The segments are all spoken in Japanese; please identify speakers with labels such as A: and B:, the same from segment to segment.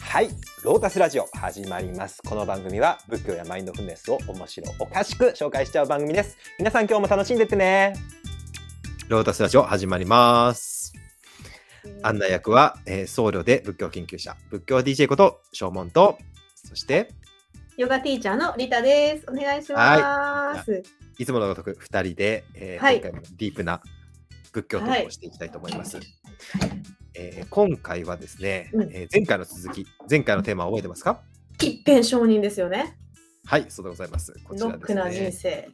A: はいロータスラジオ始まりますこの番組は仏教やマインドフルネスを面白おかしく紹介しちゃう番組です皆さん今日も楽しんでってね
B: ロータスラジオ始まります。案内役は、えー僧侶で仏教研究者、仏教 DJ こと、正門と、そして、
C: ヨガティーチャーのリタです。お願いします。
B: いつものごとく2人で、えー
C: はい
B: 今回もディープな仏教トークをしていきたいと思います。えー今回はですね、
C: うん
B: えー前回の続き、前回のテーマ覚えてますか
C: 一辺承認ですよね。
B: はい、そうでございます。こち
C: ロ
B: ら
C: ックな
B: で
C: 人
B: すね。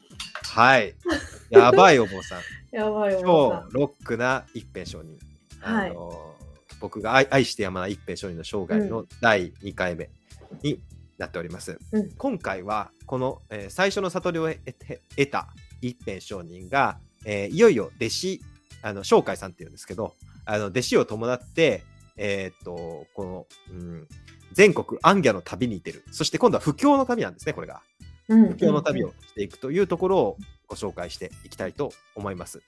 C: 生。
B: はい。やばいお坊さん。
C: やばい
B: 今日
C: おばさん。
B: ロックな一辺承認。
C: はい
B: あの僕が愛愛してやまない一辺承認の生涯
C: う
B: の第2回目になっております。
C: うん
B: 今回はこの、えー最初の悟りを得て得た一辺承認が、えーいよいよ弟子あの紹介さんっていうんですけどあの弟子を伴って、えーっとこの、うん、全国アンギャの旅に出るそして今度は布教の旅なんですねこれが。
C: うん
B: 布教の旅をしていくというところをご紹介していきたいと思います。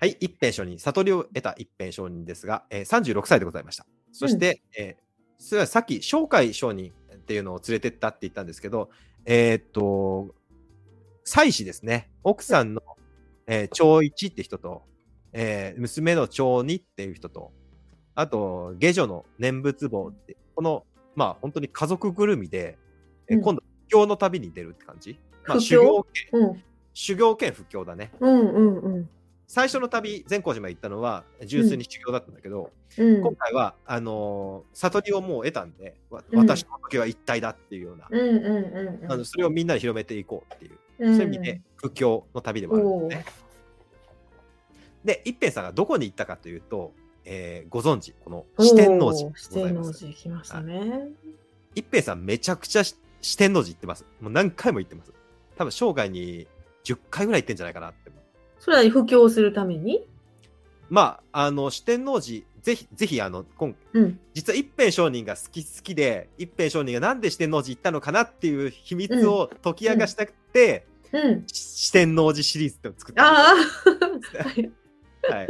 B: はい、一辺承認、悟りを得た一辺承認ですが、えー36歳でございました。そして、えーそれはさっき、紹介承認っていうのを連れてったって言ったんですけど、えーっと、妻子ですね、奥さんの、えー長一って人と、えー娘の長二っていう人と、あと、下女の念仏坊って、この、まあ、本当に家族ぐるみで、えー
C: うん
B: 今度、布教の旅に出るって感じ。まあ、
C: 布
B: 修
C: 教
B: 行兼、
C: うん
B: 修行兼布教だね。
C: うんうんうん
B: 最初の旅、善光寺まで行ったのは、純粋に修行だったんだけど、
C: うん
B: 今回は、あのー悟りをもう得たんで、わ
C: うん
B: 私の時は一体だっていうような、
C: うんうんうん
B: あのそれをみんなに広めていこうっていう。
C: うん
B: そういう意味で、布教の旅でもあるんですね。で、一平さんがどこに行ったかというと、えーご存知、この四天王寺
C: おー
B: でござ
C: 四
B: い
C: 天
B: ま
C: 王
B: す。
C: 寺来ましたね。
B: 一平さん、めちゃくちゃし四天王寺行ってます。もう何回も行ってます。多分生涯に10回ぐらい行ってんじゃないかなって思う。
C: それは布教するために。
B: まあ、あの、四天王寺、ぜひ、ぜひ、あの、今
C: うん。
B: 実は一平商人が好き好きで、一平商人がなんで四天王寺行ったのかなっていう秘密を解き明かしたくて、
C: うん。
B: し四天王寺シリーズっていうのを作ったんですよ。
C: あ あ。はい
B: はい、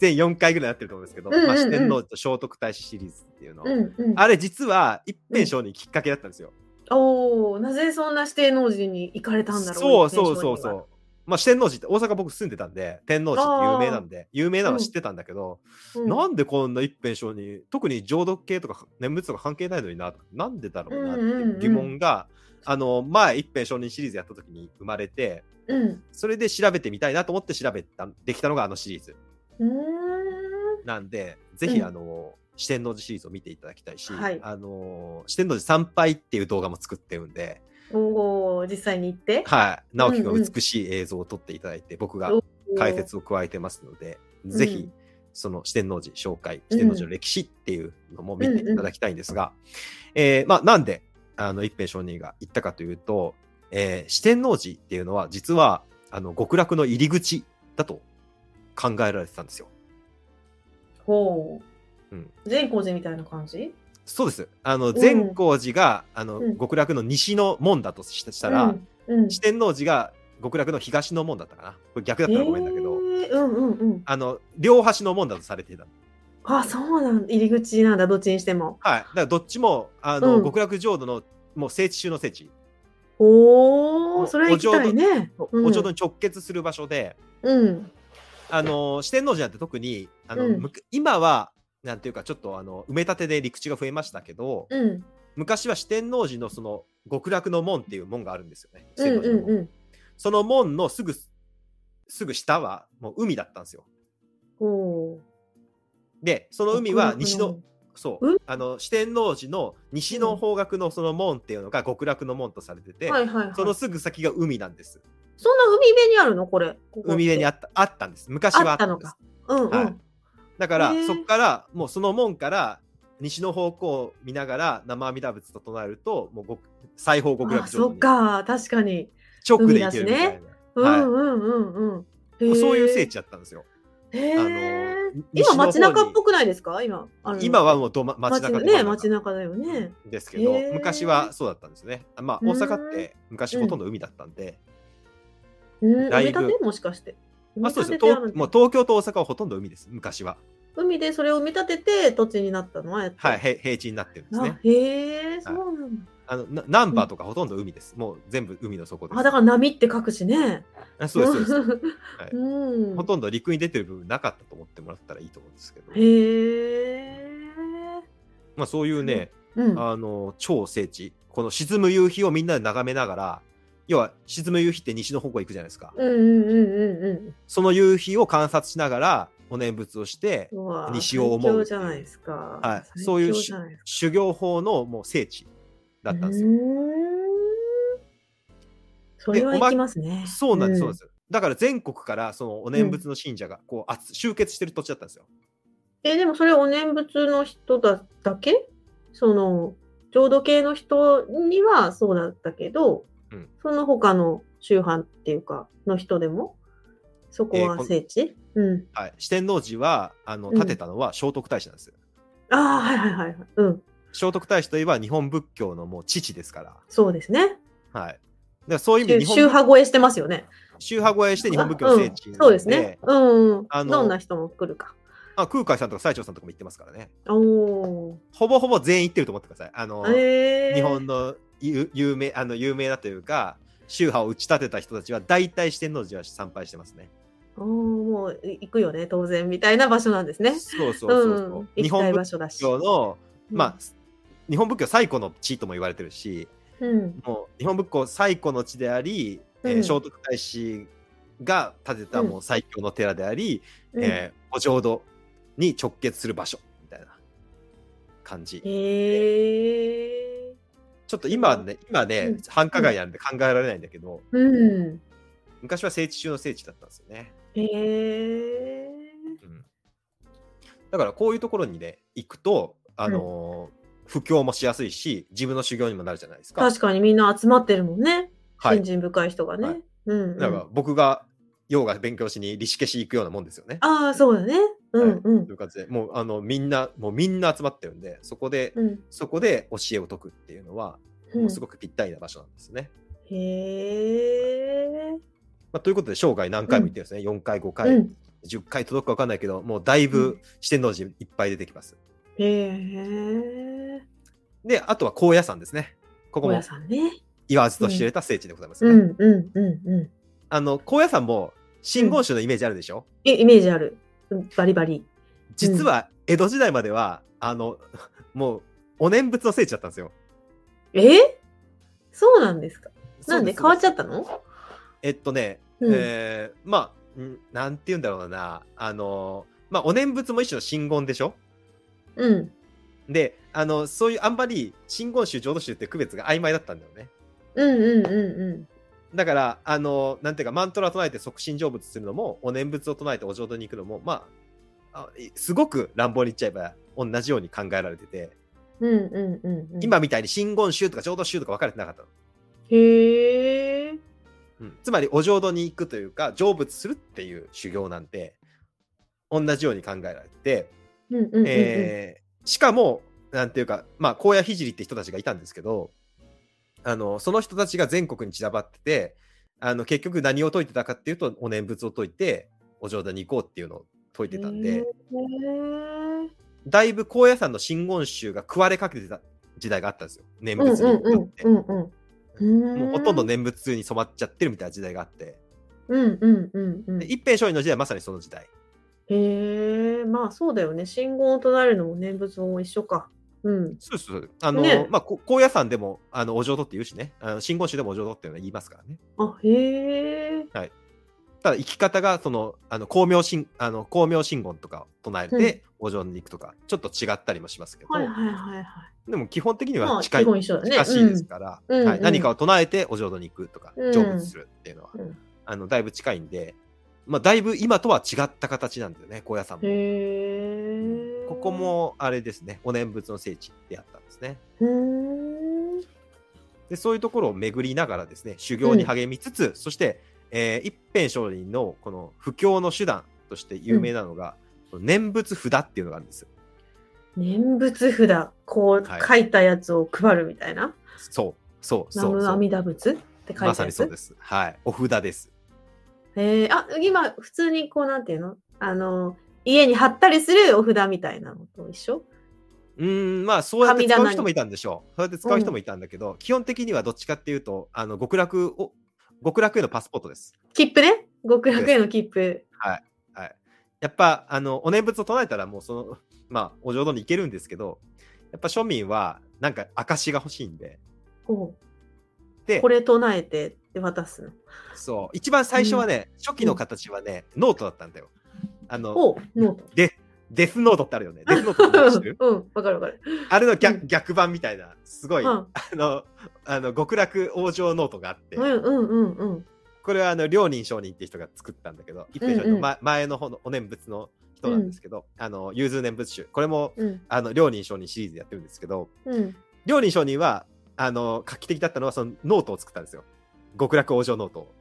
B: 全4回ぐらいなってると思うんですけど、
C: うんうんうん
B: まあ、四天王と聖徳太子シリーズっていうの、
C: うんうん。
B: あれ実は一辺承認きっかけだったんですよ。
C: おお、なぜそんな指定能寺に行かれたんだろ。
B: そううそうそうそう。まあ、四天王寺って大阪僕住んでたんで天王寺って有名なんで有名なのは知ってたんだけど、
C: う
B: なんんでこんな一辺承認特に浄土系とか念仏とか関係ないのにななんでだろうなっていう疑問が、あの前一辺承認シリーズやった時に生まれて
C: うん。
B: それで調べてみたいなと思って調べたできたのがあのシリーズ。
C: うー
B: なんで、ぜひ、
C: うん
B: あの、四天王寺シリーズを見ていただきたいし、
C: はい
B: あの、四天王寺参拝っていう動画も作ってるんで、
C: ん。おお、実際に行って。
B: はい、直樹
C: うんう
B: 君
C: ん
B: が美しい映像を撮っていただいて、僕が
C: お
B: 解説を加えてますので、
C: ん
B: ぜひ、その四天王寺紹介、四天王寺の歴史っていうのも見ていただきたいんですが、えーまあ、なんで、あの、一平承人が言ったかというと、えー四天王寺っていうのは、実は、あの、極楽の入り口だと考えられてたんですよ。
C: ほう。
B: うん
C: 善光寺みたいな感じ
B: そうです。あ
C: ん
B: の、善光寺が、あの、
C: うん
B: 極楽の西の門だとししたら、、
C: うんうん、
B: 四天王寺が極楽の東の門だったかな。これ逆だったらごめんだけど、
C: えーうんうんうん。
B: あの、両端の門だとされていた。
C: あ、そうなんだ。入り口なんだ、どっちにしても。
B: はい。だからどっちも、あの、
C: うん
B: 極楽浄土の、もう聖地中の聖地、
C: おお、
B: お
C: それ行きたいね。うん
B: お浄土に直結する場所で、
C: うん。
B: あの、四天王寺なんて特に、あの、
C: うん
B: むく今は、なんていうか、ちょっとあの、埋め立てで陸地が増えましたけど、
C: うん。
B: 昔は四天王寺のその、極楽の門っていう門があるんですよね。四
C: うん
B: 天王寺の門
C: うんうん。
B: その門のすぐ、すぐ下はもう海だったんですよ。
C: ほ。
B: で、そうの海は西の、。そう、
C: 海
B: あの、四天王寺の西の方角のその門っていうのが極楽の門とされてて、
C: はいはいはい。
B: そ
C: そ
B: のすぐ先が海なんです。
C: んな海辺にあるのこれ。
B: 海辺にあ
C: あっ
B: ったあったんです。昔はあった
C: あ
B: ん
C: っ
B: で
C: たの
B: す
C: か。うんうん。
B: はいだから、
C: へー
B: そこから、もうその門から、西の方向を見ながら生阿弥陀仏と唱えると、もうご西方極
C: あ、
B: 楽
C: そ
B: 浄
C: っ
B: 土に
C: か、確かに。
B: 直で行けるみたいな、
C: 海うんうんうんうん。へー
B: そういう聖。地だったんですよ。
C: へ
B: あの
C: ー
B: 西の
C: 今
B: 方に
C: 街中っぽくないですか今。あの
B: 今はもうど、ま、街
C: 街
B: 中
C: 中
B: で真
C: ね、
B: ん中
C: 街中だよね。
B: ですけど、
C: へー
B: 昔はそうだったんですね。まあ、
C: うん
B: 大阪って昔ほとんど海だったんで、
C: うん、埋
B: だ
C: め
B: いぶ
C: 立てもしかして。
B: まあそうですよ
C: 埋め立て
B: 東
C: てあるんだ
B: もう東京と大阪はほとんど海です、昔は。
C: 海でそれを見立てて土地になったのはやっぱ
B: はい、へ平地になってるんです
C: あ
B: ね。
C: へえ、そうなんだ。
B: あのなナンバーとかほとんど海です。もう全部海の底です。
C: あ、だから波って書くしね。
B: あそうですそうです、 はい
C: うん
B: ほ。とんど陸に出てる部分なかったと思ってもらったらいいと思うんですけど、
C: へえ。
B: まあ、そういうね、
C: うん。
B: あの超聖地この沈む夕日をみんなで眺めながら要は沈む夕日って西の方向行くじゃないですか、
C: うんうんうんうんうん。
B: その夕日を観察しながらお念仏をして
C: うわ
B: 西を思う
C: 最強じゃないですか。
B: はいそういう
C: 最強じゃないですか
B: 修行法のもう聖地だったんですよ。
C: うーんそれは
B: でおま
C: 行きますね。
B: そうなんです、そう
C: う
B: なんです。だから全国からそのお念仏の信者がこう、あつ集結してる土地だったんですよ。
C: え、でもそれお念仏の人だだけその、浄土系の人にはそうだったけど、
B: うん
C: その他の宗派っていうか、の人でも、そこ
B: えーこ
C: は
B: ん
C: 聖地、うん。
B: はい、四天王寺はあの
C: うん
B: 建てたのは聖徳太子なんですよ。
C: ああ、はいはいはいはい。うん。
B: 聖徳太子といえば日本仏教のもう父ですから。
C: そうですね。
B: はい。だからそういう意
C: 宗
B: 味で日本
C: 宗派超えしてますよね。
B: 宗派越えして日本仏教の聖地な
C: う
B: んん
C: そうですね。うん、うん
B: あの
C: どんな人も来るか。
B: まあ、空海さんとか西條さんとかも行ってますからね。
C: おお
B: ほぼほぼ全員行ってると思ってください。あの、
C: ー。えー、
B: 日本の有有名あの有名だというか宗派を打ち立てた人たちは大体四天王寺は参拝してますね。
C: おーもう行くよね当然みたいな場所なんですね。
B: そうそうそうそう、
C: ん、
B: 日
C: 行きた
B: 本
C: い場
B: 仏
C: 所だし。
B: 教の、
C: うん
B: まあ、日本仏教最古の地とも言われてるし
C: うん
B: もう日本仏教最古の地であり、えー
C: うん
B: 聖徳太子が建てた
C: うん
B: もう最強の寺であり、
C: うん
B: えーお浄土に直結する場所みたいな感じ。
C: へえ。
B: ちょっと今はね今はね、
C: うん
B: 繁華街なんで考えられないんだけど
C: うん。
B: 昔は聖地中の聖地だったんですよね。
C: へえ。
B: うんだからこういうところにね行くとあのー布教もしやすいし自分の修行にもなるじゃないですか。
C: 確かにみんな集まってるもんね。
B: はい
C: 信心深い人がね。
B: はい
C: うん、うん。
B: だから僕がヨガ勉強しにリシケシ行くようなもんですよね。
C: ああそうだね。うん
B: はい
C: うん
B: という感じでもうあのみんなもうみんな集まってるんでそこで、
C: うん
B: そこで教えを解くっていうのは、
C: う
B: も
C: ん
B: うす。ごくぴったりな場所なんですね。
C: へえ。
B: まあ、ということで生涯何回も行ってるんですね、4回5回、
C: うん。
B: 10回届くか分かんないけどもうだいうぶ四天王寺いっぱい出てきます。
C: へえ。
B: であとは高野山ですね。ここ
C: 大
B: も
C: 家さんね。
B: 言わずと知れた聖地でございますよ
C: う
B: ね。
C: んうんうんうん。
B: あの高野山も真言宗のイメージあるでしょ、
C: えイメージある。うんバリバリ。
B: 実は江戸時代まではあの もうお念仏の聖地だったんですよ。
C: えそうなんですか。なん
B: そ
C: で
B: うす
C: 変わっちゃったの？
B: えっとね、
C: うん
B: えーまあんなんて言うんだろうなあのまあお念仏も一種の真言でしょ
C: うん。
B: であのそういうあんまり真言宗浄土宗って区別が曖昧だったんだよね。
C: うんうんうんうん。
B: だからあのなんていうかマントラ唱えて即身成仏するのもお念仏を唱えてお浄土に行くのもまああいすごく乱暴に言っちゃえば同じように考えられてて。
C: うんうんうんうん。
B: 今みたいに真言宗とか浄土宗とか分かれてなかったの、
C: へえ。
B: うんつまりお浄土に行くというか成仏するっていう修行なんて同じように考えられて、
C: うんうんうんうん。
B: えーしかもなんていうかまあ高野聖って人たちがいたんですけどあのその人たちが全国に散らばっててあの結局何を解いてたかっていうとお念仏を解いてお浄土に行こうっていうのを解いてたん
C: へ
B: で
C: ー、
B: だいぶ高野山の真言宗が食われかけてた時代があったんですよ念
C: うん
B: 仏によ
C: う
B: っ
C: ん
B: て。
C: うんうんうん。うん
B: もうほとんど。念仏に染まっちゃってるみたいな時代があって、
C: うんうんうんうん。
B: で一平松陰の時代はまさにその時代。
C: へえ。まあそうだよね。信号となるのも念仏も一緒か。うん。
B: そうそうそうあの、
C: ね
B: まあ、こ高野山でもあのお浄土って言うしね、あの真言宗でもお浄土っていうのは言いますからね。
C: あへえ。
B: ただ、生き方がそのあの光明真あの光明真言とかを唱えて、お浄土に行くとか、ちょっと違ったりもしますけど、
C: はいはいはいはい。
B: でも基本的に
C: ま
B: は
C: あ
B: 近い、
C: 基本一緒だね
B: 近しいですから、
C: うんうん
B: はい
C: うん
B: 何かを唱えてお浄土に行くとか、
C: うん
B: 成仏するっていうのは、
C: うん
B: あのだいぶ近いんで、まあ、だいぶ今とは違った形なんだよね、高野山も。
C: へえ。
B: ここ。もあれですね、お念仏の聖地であったんですね。
C: うーん。
B: で、そういうところを巡りながらですね、修行に励みつつ、そして、えー一辺上人のこの布教の手段として有名なのが、この念仏札っていうのがあるんですよ。
C: 念仏札、こ
B: は
C: う
B: い
C: 書いたやつを配るみたいな。
B: そう、そう、
C: ナ
B: そう
C: ム
B: そ
C: ア
B: う。
C: ミダ仏って書
B: ま
C: いた
B: さ
C: や
B: に
C: つ
B: そう。です。はい。お札です。
C: えー、あ今普通にこうなんていうのあの家に貼ったりするお札みたいなのと一緒
B: うーんまあそうやって
C: 神
B: 使
C: 棚
B: う
C: に
B: 人もいたんでしょう。そうやって使う人もいたんだけど、基本的にはどっちかっていうとあの極楽を極楽へのパスポートです。
C: 切符ね極楽への切符。
B: やっぱあのお念仏を唱えたらもうその まあお浄土に行けるんですけどやっぱ庶民はなんか証が欲しいんで
C: こ
B: で
C: うこれ唱えてって渡すの。
B: そう一番最初はね、初期の形はね、ノートだったんだよ。あの
C: をノート。
B: でデスノートってあるよね。デスノートって知ってる
C: うん、わかるわかる。
B: あれの
C: う
B: 逆逆版みたいなすごい、
C: うん
B: あのあの極楽往生ノートがあって。
C: うんうんうんうん。
B: これはあの両人商人って人が作ったんだけど一平商人の、ま前の方のお念仏の人なんですけど、あの融通念仏集これも
C: うん
B: あの両人商人シリーズやってるんですけど
C: うん。
B: 両人商人はあの画期的だったのはそのノートを作ったんですよ極楽往生ノートを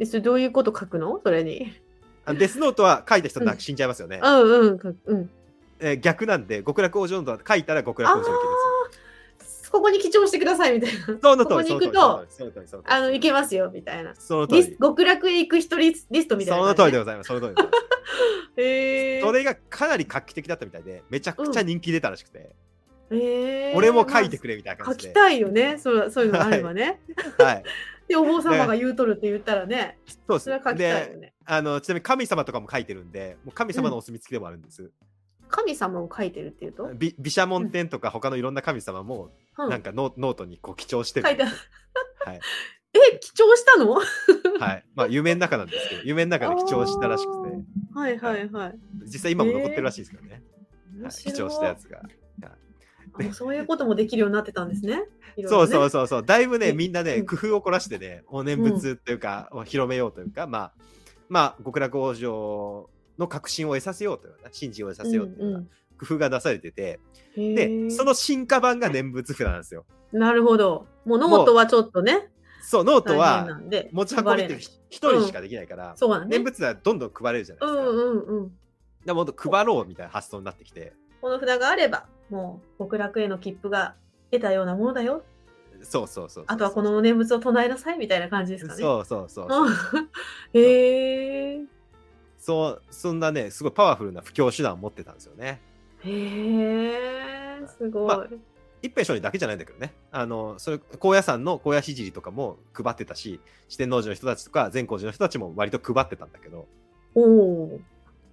C: えそれどういうこと書くのそれに。
B: あ のデスノートは書いた人
C: う
B: なん死んじゃいますよね、
C: うんうん書くうん。
B: えー逆なんで極楽往生ノートは書いたら極楽往生の日
C: ここに記帳してくださいみたいな。
B: で すよその
C: ここ
B: 通り
C: に
B: そ
C: 行
B: の通
C: く
B: りその通りその通りその
C: と
B: 通り
C: あの行けますよみたいな。
B: その通
C: リス
B: り
C: 極楽へ行く人リスリストみたい
B: そ
C: な
B: の
C: 感
B: 通
C: じ
B: りでご
C: ね。
B: ざいますその通りでございます
C: へえ
B: それがかなり画期的だったみたいでめちゃくちゃ人気出たらしくて、
C: へえ
B: 俺も書いて
C: ま
B: くれみたいな
C: あ
B: 感
C: 書
B: じ
C: き
B: で、
C: たいよねそう、そういうのがあればね。
B: はい
C: で、お坊様が言うとるって言ったらね、
B: そうです
C: それは書きたいよ
B: で
C: ね。
B: あのちなみに神様とかも書いてるんでもう神様のお墨付きでもあるんです、
C: 神様を書いてるっていうと、う
B: び毘沙門天とか他のいろんな神様も
C: ん
B: なんかノ,、ノートにこう記帳してる
C: 書いてあ
B: はい
C: え、記帳したのは
B: はいまあ夢の中なん ですけど夢の中で記帳したらしくて
C: いはいはい。
B: 実際今も残ってるらしいですけどね、
C: 面
B: はい
C: 白
B: 記
C: い
B: 帳したやつが
C: あもうそういうこともできるようになってたんですね。いろいろ
B: そ
C: ね
B: うそうそうそうだいぶね
C: うん
B: みんなね、
C: うん
B: 工夫を凝らしてねお念仏っていうか、を広めようというかまあまあ極楽往生の確信を得させようというか信心を得させようというか、
C: ん
B: 工夫がなされてて、
C: うんへ
B: で、
C: ー
B: その進化版が念仏札なんですよ。
C: なるほど。もうノートはちょっとね、
B: そう、ノー
C: 大
B: ト
C: 変な
B: は
C: んで。
B: 持ち運びって
C: 配れない
B: 一人しかできないから、
C: そうだね
B: 念。仏札はどんどん配れるじゃないうです
C: ん
B: か。
C: うんうん。
B: でもっと配ろうみたいな発想になってきて、
C: この札があれば、もう極楽への切符が得たようなものだよ。
B: そうそうそうそう。
C: あとはこのお念仏を唱えなさいみたいな感じですかね。
B: そうそうそうそう。
C: うん。 へえ。
B: そう、そんなね、すごいパワフルな布教手段を持ってたんですよね。
C: へえ、すごい。
B: まあ一平商人だけじゃないんだけどね。あの、それ、高野山の高野聖とかも配ってたし、四天王寺の人たちとか善光寺の人たちも割と配ってたんだけど、
C: おお。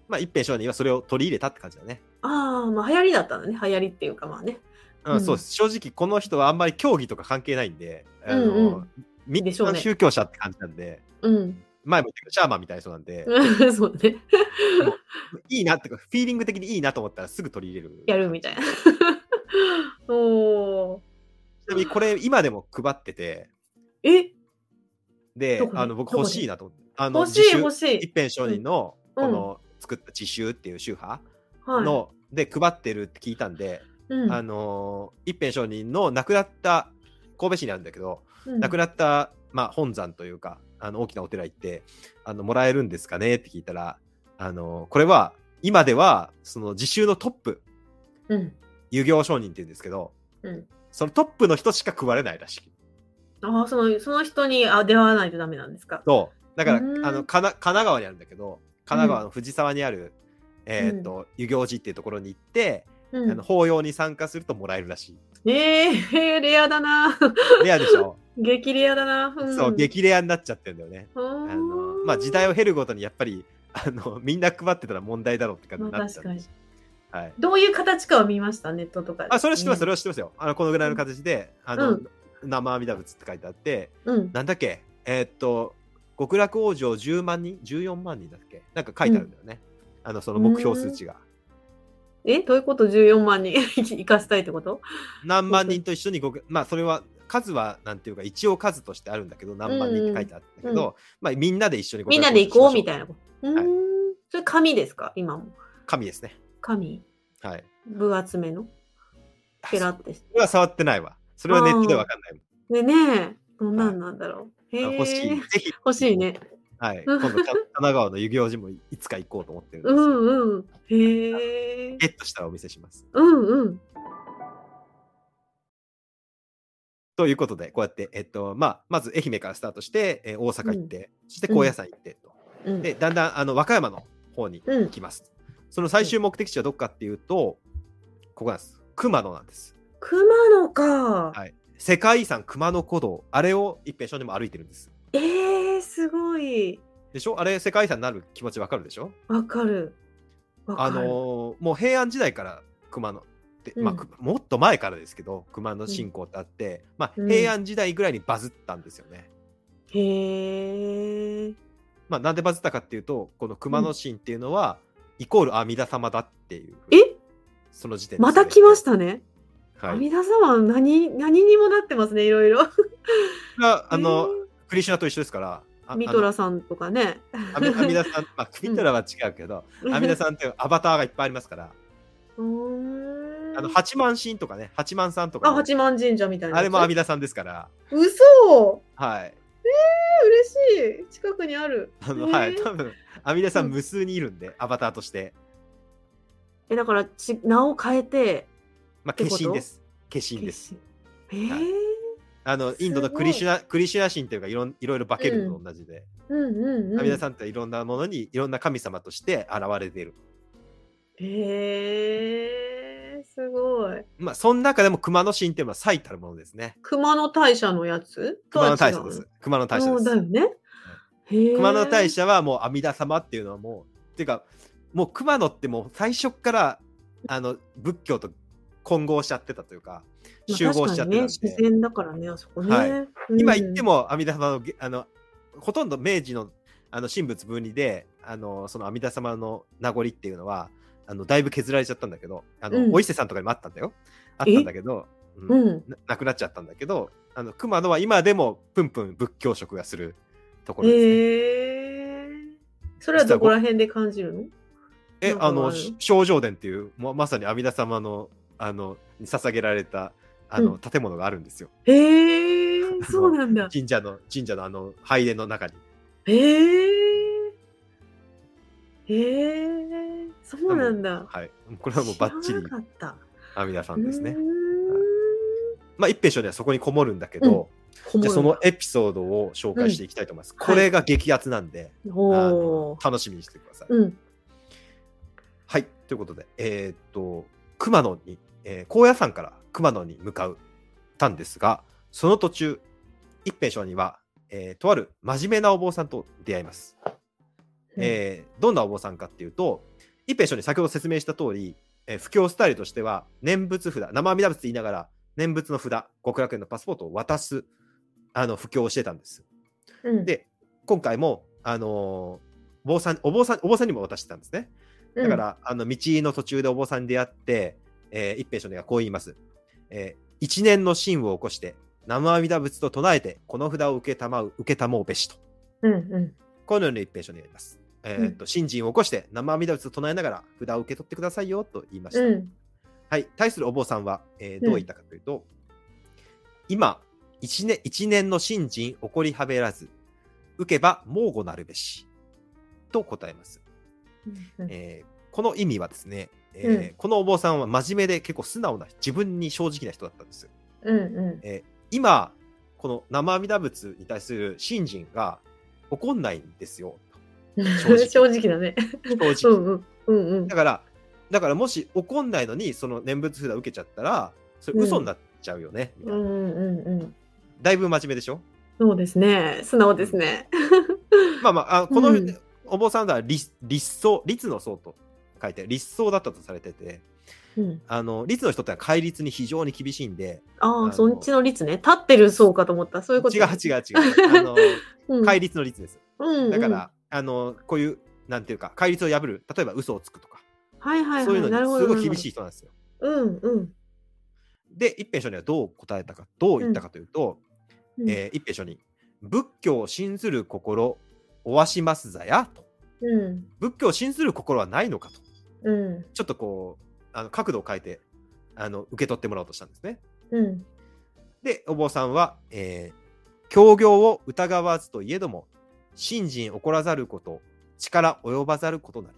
B: まあ一平商人はそれを取り入れたって感じだね。
C: ああ、まあ流行りだったんだね。流行りっていうかまあね。
B: うん
C: うん
B: そうです正直この人はあんまり競技とか関係ないんで、あの
C: うんうん
B: みん
C: でしょう
B: な
C: ね
B: 宗教者って感じなんで、
C: うん。
B: 前も言ったけどシャーマンみたいな人なんで、
C: そうね。
B: いいなってかフィーリング的にいいなと思ったらすぐ取り入れる
C: やるみたいな。 おお。
B: ちなみにこれ今でも配ってて
C: え、
B: で
C: どこに
B: あの僕
C: どこ
B: 欲
C: に
B: しいなと思ってあの
C: 欲しい欲
B: し
C: しい。
B: 一辺商人のこ
C: うん
B: の作った自習っていう宗派
C: はい。
B: の、で配ってるって聞いたんで、
C: うん、
B: あの一辺商人の亡くなった神戸市にあるんだけど、
C: うん
B: 亡くなった、まあ、本山というかあの大きなお寺行ってあのもらえるんですかねって聞いたらあのこれは今ではその自習のトップ
C: うん。
B: 遊行商人って言うんですけど
C: うん。
B: そのトップの人しか配れないらしい
C: ああ、その、その人にあ出会わないとダメなんですか。
B: とだからあ
C: うん
B: のかな神奈川にあるんだけど神奈川の藤沢にある、えーっと遊行寺っていうところに行って、
C: うん
B: あの法要に参加するともらえるらしい
C: えー、 レアだな。
B: レアでしょ、
C: 激レアだな。ん
B: そう激レアになっちゃってるんだよね
C: あ
B: あ
C: の
B: のまあ時代を経るごとにやっぱりあのみんな配ってたら問題だろうって感じになっちゃう
C: まあ
B: んで
C: 確か
B: す、はい、
C: どういう形かは見ました、ネットとかで。
B: あそれ知ってます、それ
C: れ。
B: は知ってますよあのこのぐらいの形で「あの
C: うん
B: 生阿弥陀仏」って書いてあって
C: うん。
B: なんだっけえーっと極楽往生10万人14万人だっけなんか書いてあるんだよね、あのその目標数値が
C: え、どういうこと ?14 万人 行かせたいってこと
B: 何万人と一緒に極まあそれは数はなんていうか一応数としてあるんだけど何万人って書いてあるんだけど、
C: うんう
B: まあみんなで一緒に
C: みんなで行こうみたい
B: な
C: なこと。うーん。それ紙ですか今も。
B: 神ですね
C: 紙
B: はい
C: 分厚めのペラってし
B: それは触ってないわそれはネットでわかんないもん
C: でねどんなんなんだろう。へー
B: 欲しい。ぜひ、
C: 欲しいね。
B: はい、
C: う
B: 今
C: ん
B: 度、神奈川の遊行寺もいつか行こうと思ってるんで
C: う
B: すけど、
C: んうん。へえ。
B: ゲットしたらお見せします。
C: うんうん。
B: ということで、こうやって、えっと、まあ、まず愛媛からスタートして、えー大阪行って、そして高野山行ってと、
C: うん
B: で、だんだん、あの、和歌山の方に
C: うん
B: 行きます。その最終目的地はどっかっていうと、ここなんです。熊野なんです。
C: 熊野か。
B: はい世界遺産熊野古道、あれを一平少年も歩いてるんです。
C: えー、すごい。
B: でしょあれ世界遺産になる気持ちわかるでしょ
C: わかる。わか
B: あ
C: る。
B: のーもう平安時代から熊野って、
C: うん
B: まあ、くもっと前からですけど熊野信仰ってあって、まあ、
C: うん
B: 平安時代ぐらいにバズったんですよね。
C: へえ。
B: まあ、なんでバズったかっていうとこの熊野神っていうのは、イコール阿弥陀様だっていうふうに
C: え
B: その時点で、
C: また来ましたたね。
B: は
C: 阿
B: い、
C: 弥陀様は何何にもなってますねいろいろ。
B: があのクリシュナと一緒ですからあ
C: ミトラさんとかね。
B: あの阿弥阿弥陀さん、まあ、ミトラは違うけど、阿弥陀さんっていうアバターがいっぱいありますから
C: うーん
B: あの八幡神とかね八幡さんとか
C: あ
B: ね、
C: 八幡神社みたいなやつ。
B: あれも阿弥陀さんですから。
C: 嘘
B: はい
C: えー、嬉しい近くにある。
B: あの
C: えー
B: はい、多分阿弥陀さ
C: うんん
B: 無数にいるんで、アバターとして、
C: えだからち名を変えて。
B: まあ、
C: て
B: 化
C: こと
B: 身です化身です。
C: えー
B: はいあの
C: すごい
B: インドのクリシュナクリシュナ神というかいろんいろいろ化けるのと同じで、
C: うんうんうん。
B: 阿弥陀さんっていろんなものにいろんな神様として現れている、
C: へえすごい。
B: まあ、その中でも熊野神っていうのは最たるものですね
C: 熊野大社のやつ
B: 熊野大社です。熊野大社で
C: そうだ
B: す
C: よね。へえ
B: 熊野大社はもう阿弥陀様っていうのはもうっていうかもう熊野ってもう最初っからあの仏教と混合しちゃってたというか
C: まあ
B: 集合しちゃってたんで、
C: 確かにね、自然だからね、あそこね。
B: はい
C: うん
B: 今言って、も阿弥陀様のげあのほとんど明治のあの神仏分離であのその阿弥陀様の名残っていうのはあのだいぶ削られちゃったんだけどあの、
C: うん
B: お伊勢さんとかにもあったんだよあったんだけど、う
C: うんん、
B: ななくなっちゃったんだけどあの熊野は今でもプンプン仏教色がするところです、ね
C: へえそれはどこら辺で感じるの
B: え
C: なんか
B: あ
C: あ
B: の
C: る
B: し清浄殿っていうままさに阿弥陀様のあのに捧げられたあの、
C: うん
B: 建物があるんですよ
C: へえそうなんだ。
B: 神社の神社のあの拝殿の中に
C: へえへえそうなんだ。
B: はいこれはもうバッチリ
C: 知らなかった。
B: 阿弥陀さんですね、
C: うーん
B: まあ、一平少年はそこにこもるんだけど、
C: こも
B: じゃ
C: る
B: あそのエピソードを紹介していきたいと思います。これが激アツなんで、あ
C: お
B: の
C: ー
B: 楽しみにしてください。
C: うん。
B: はい、ということで、えーっと、熊野に、えー高野山から熊野に向かうたんですが、その途中、一平少年は、えーとある真面目なお坊さんと出会います。えーどんなお坊さんかっていうと、一平少年、先ほど説明した通り、えー布教スタイルとしては、念仏札、生阿弥陀仏と言いながら、念仏の札、極楽園のパスポートを渡す、あの、布教をしてたんです。
C: うん、
B: で、今回も、あのー坊さん、お坊さん、お坊さんにも渡してたんですね。
C: うん
B: だから、あの、道の途中でお坊さんに出会って、えー一平少年がこう言います。えー一年の心を起こして、生阿弥陀仏と唱えて、この札を受けたまう、受けたもうべしと。
C: うんう
B: このように一平書になります。えーっと、信心を起こして生阿弥陀仏を唱えながら札を受け取ってくださいよと言いまし
C: ん。
B: た。
C: うん。
B: はい。対するお坊さんは、えー
C: うん
B: どう言ったかというと、今、一年、一年の信心起こりはべらず、受けば猛語なるべし。と答えます。
C: うん
B: えーこの意味はですね、えー
C: うん
B: このお坊さんは真面目で結構素直な、自分に正直な人だったんです。
C: うんうん
B: えー今、この生阿弥陀仏に対する信心が起こんないんですよ。
C: 正
B: 直
C: 直だね。
B: 正
C: う
B: 直。
C: んうんうんうん
B: だ。から、だからもし怒んないのに、その念仏札受けちゃったら、それ嘘になっちゃうよね、み
C: う
B: たいなん
C: うんうん。
B: だいぶ真面目でしょ
C: そうですね。素直ですね。
B: まあまあ、あこの、
C: うん
B: お坊さんは立立僧、律の僧と書いて、立僧だったとされてて、
C: うん、
B: あの、律の人ってのは戒律に非常に厳しいんで、
C: あ
B: の
C: あ、そっちの率ね。立ってる層かと思った。そういうこと。
B: 違う違う違う。あの、
C: うん。
B: 戒律の律です。
C: うんうん
B: だから、あの、こういう、なんていうか、戒律を破る、例えば嘘をつくとか、
C: はいはいはい。
B: そういう
C: なる
B: の
C: ほ
B: にす
C: ど
B: ごい厳しい。人なんですよ。
C: なるほどうんうん
B: で、一平少年はどう答えたか、どう言ったかというと、
C: うん。
B: えー一平書に仏教を信ずる心おわしますざやと
C: うん
B: 仏教を信ずる心はないのかと
C: うん
B: ちょっとこうあの角度を変えてあの受け取ってもらおうとしたんですね
C: うん
B: でお坊さんは、えー教行を疑わずといえども信心起こらざること力及ばざることなり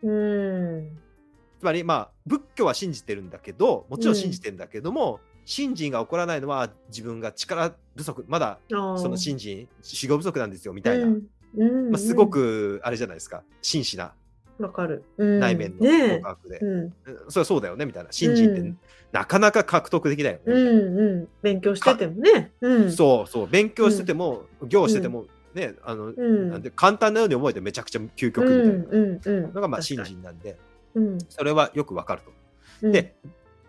B: と
C: うん
B: つまりまあ仏教は信じてるんだけどもちろん信じてるんだけども、信心が起こらないのは自分が力不足まだ
C: あー
B: その信心修行不足なんですよみたいな、
C: うんうんうん
B: まあ、すごくあれじゃないですか真摯な
C: わかる。うん、
B: 内面の
C: ね
B: 告白で、
C: え。うん。
B: うんそれはそうだよねみたいな新人って、
C: うん
B: なかなか獲得できないよね、
C: うんうん。勉強しててもね。うん。
B: そうそう勉強してても、行しててもねあの、
C: うん。
B: なんで簡単なように思えてめちゃくちゃ究極みたいな
C: うんうんうん。
B: のがまあ
C: 確
B: 新
C: かに。
B: 人なんで
C: うん
B: それはよくわかると。
C: うん。
B: で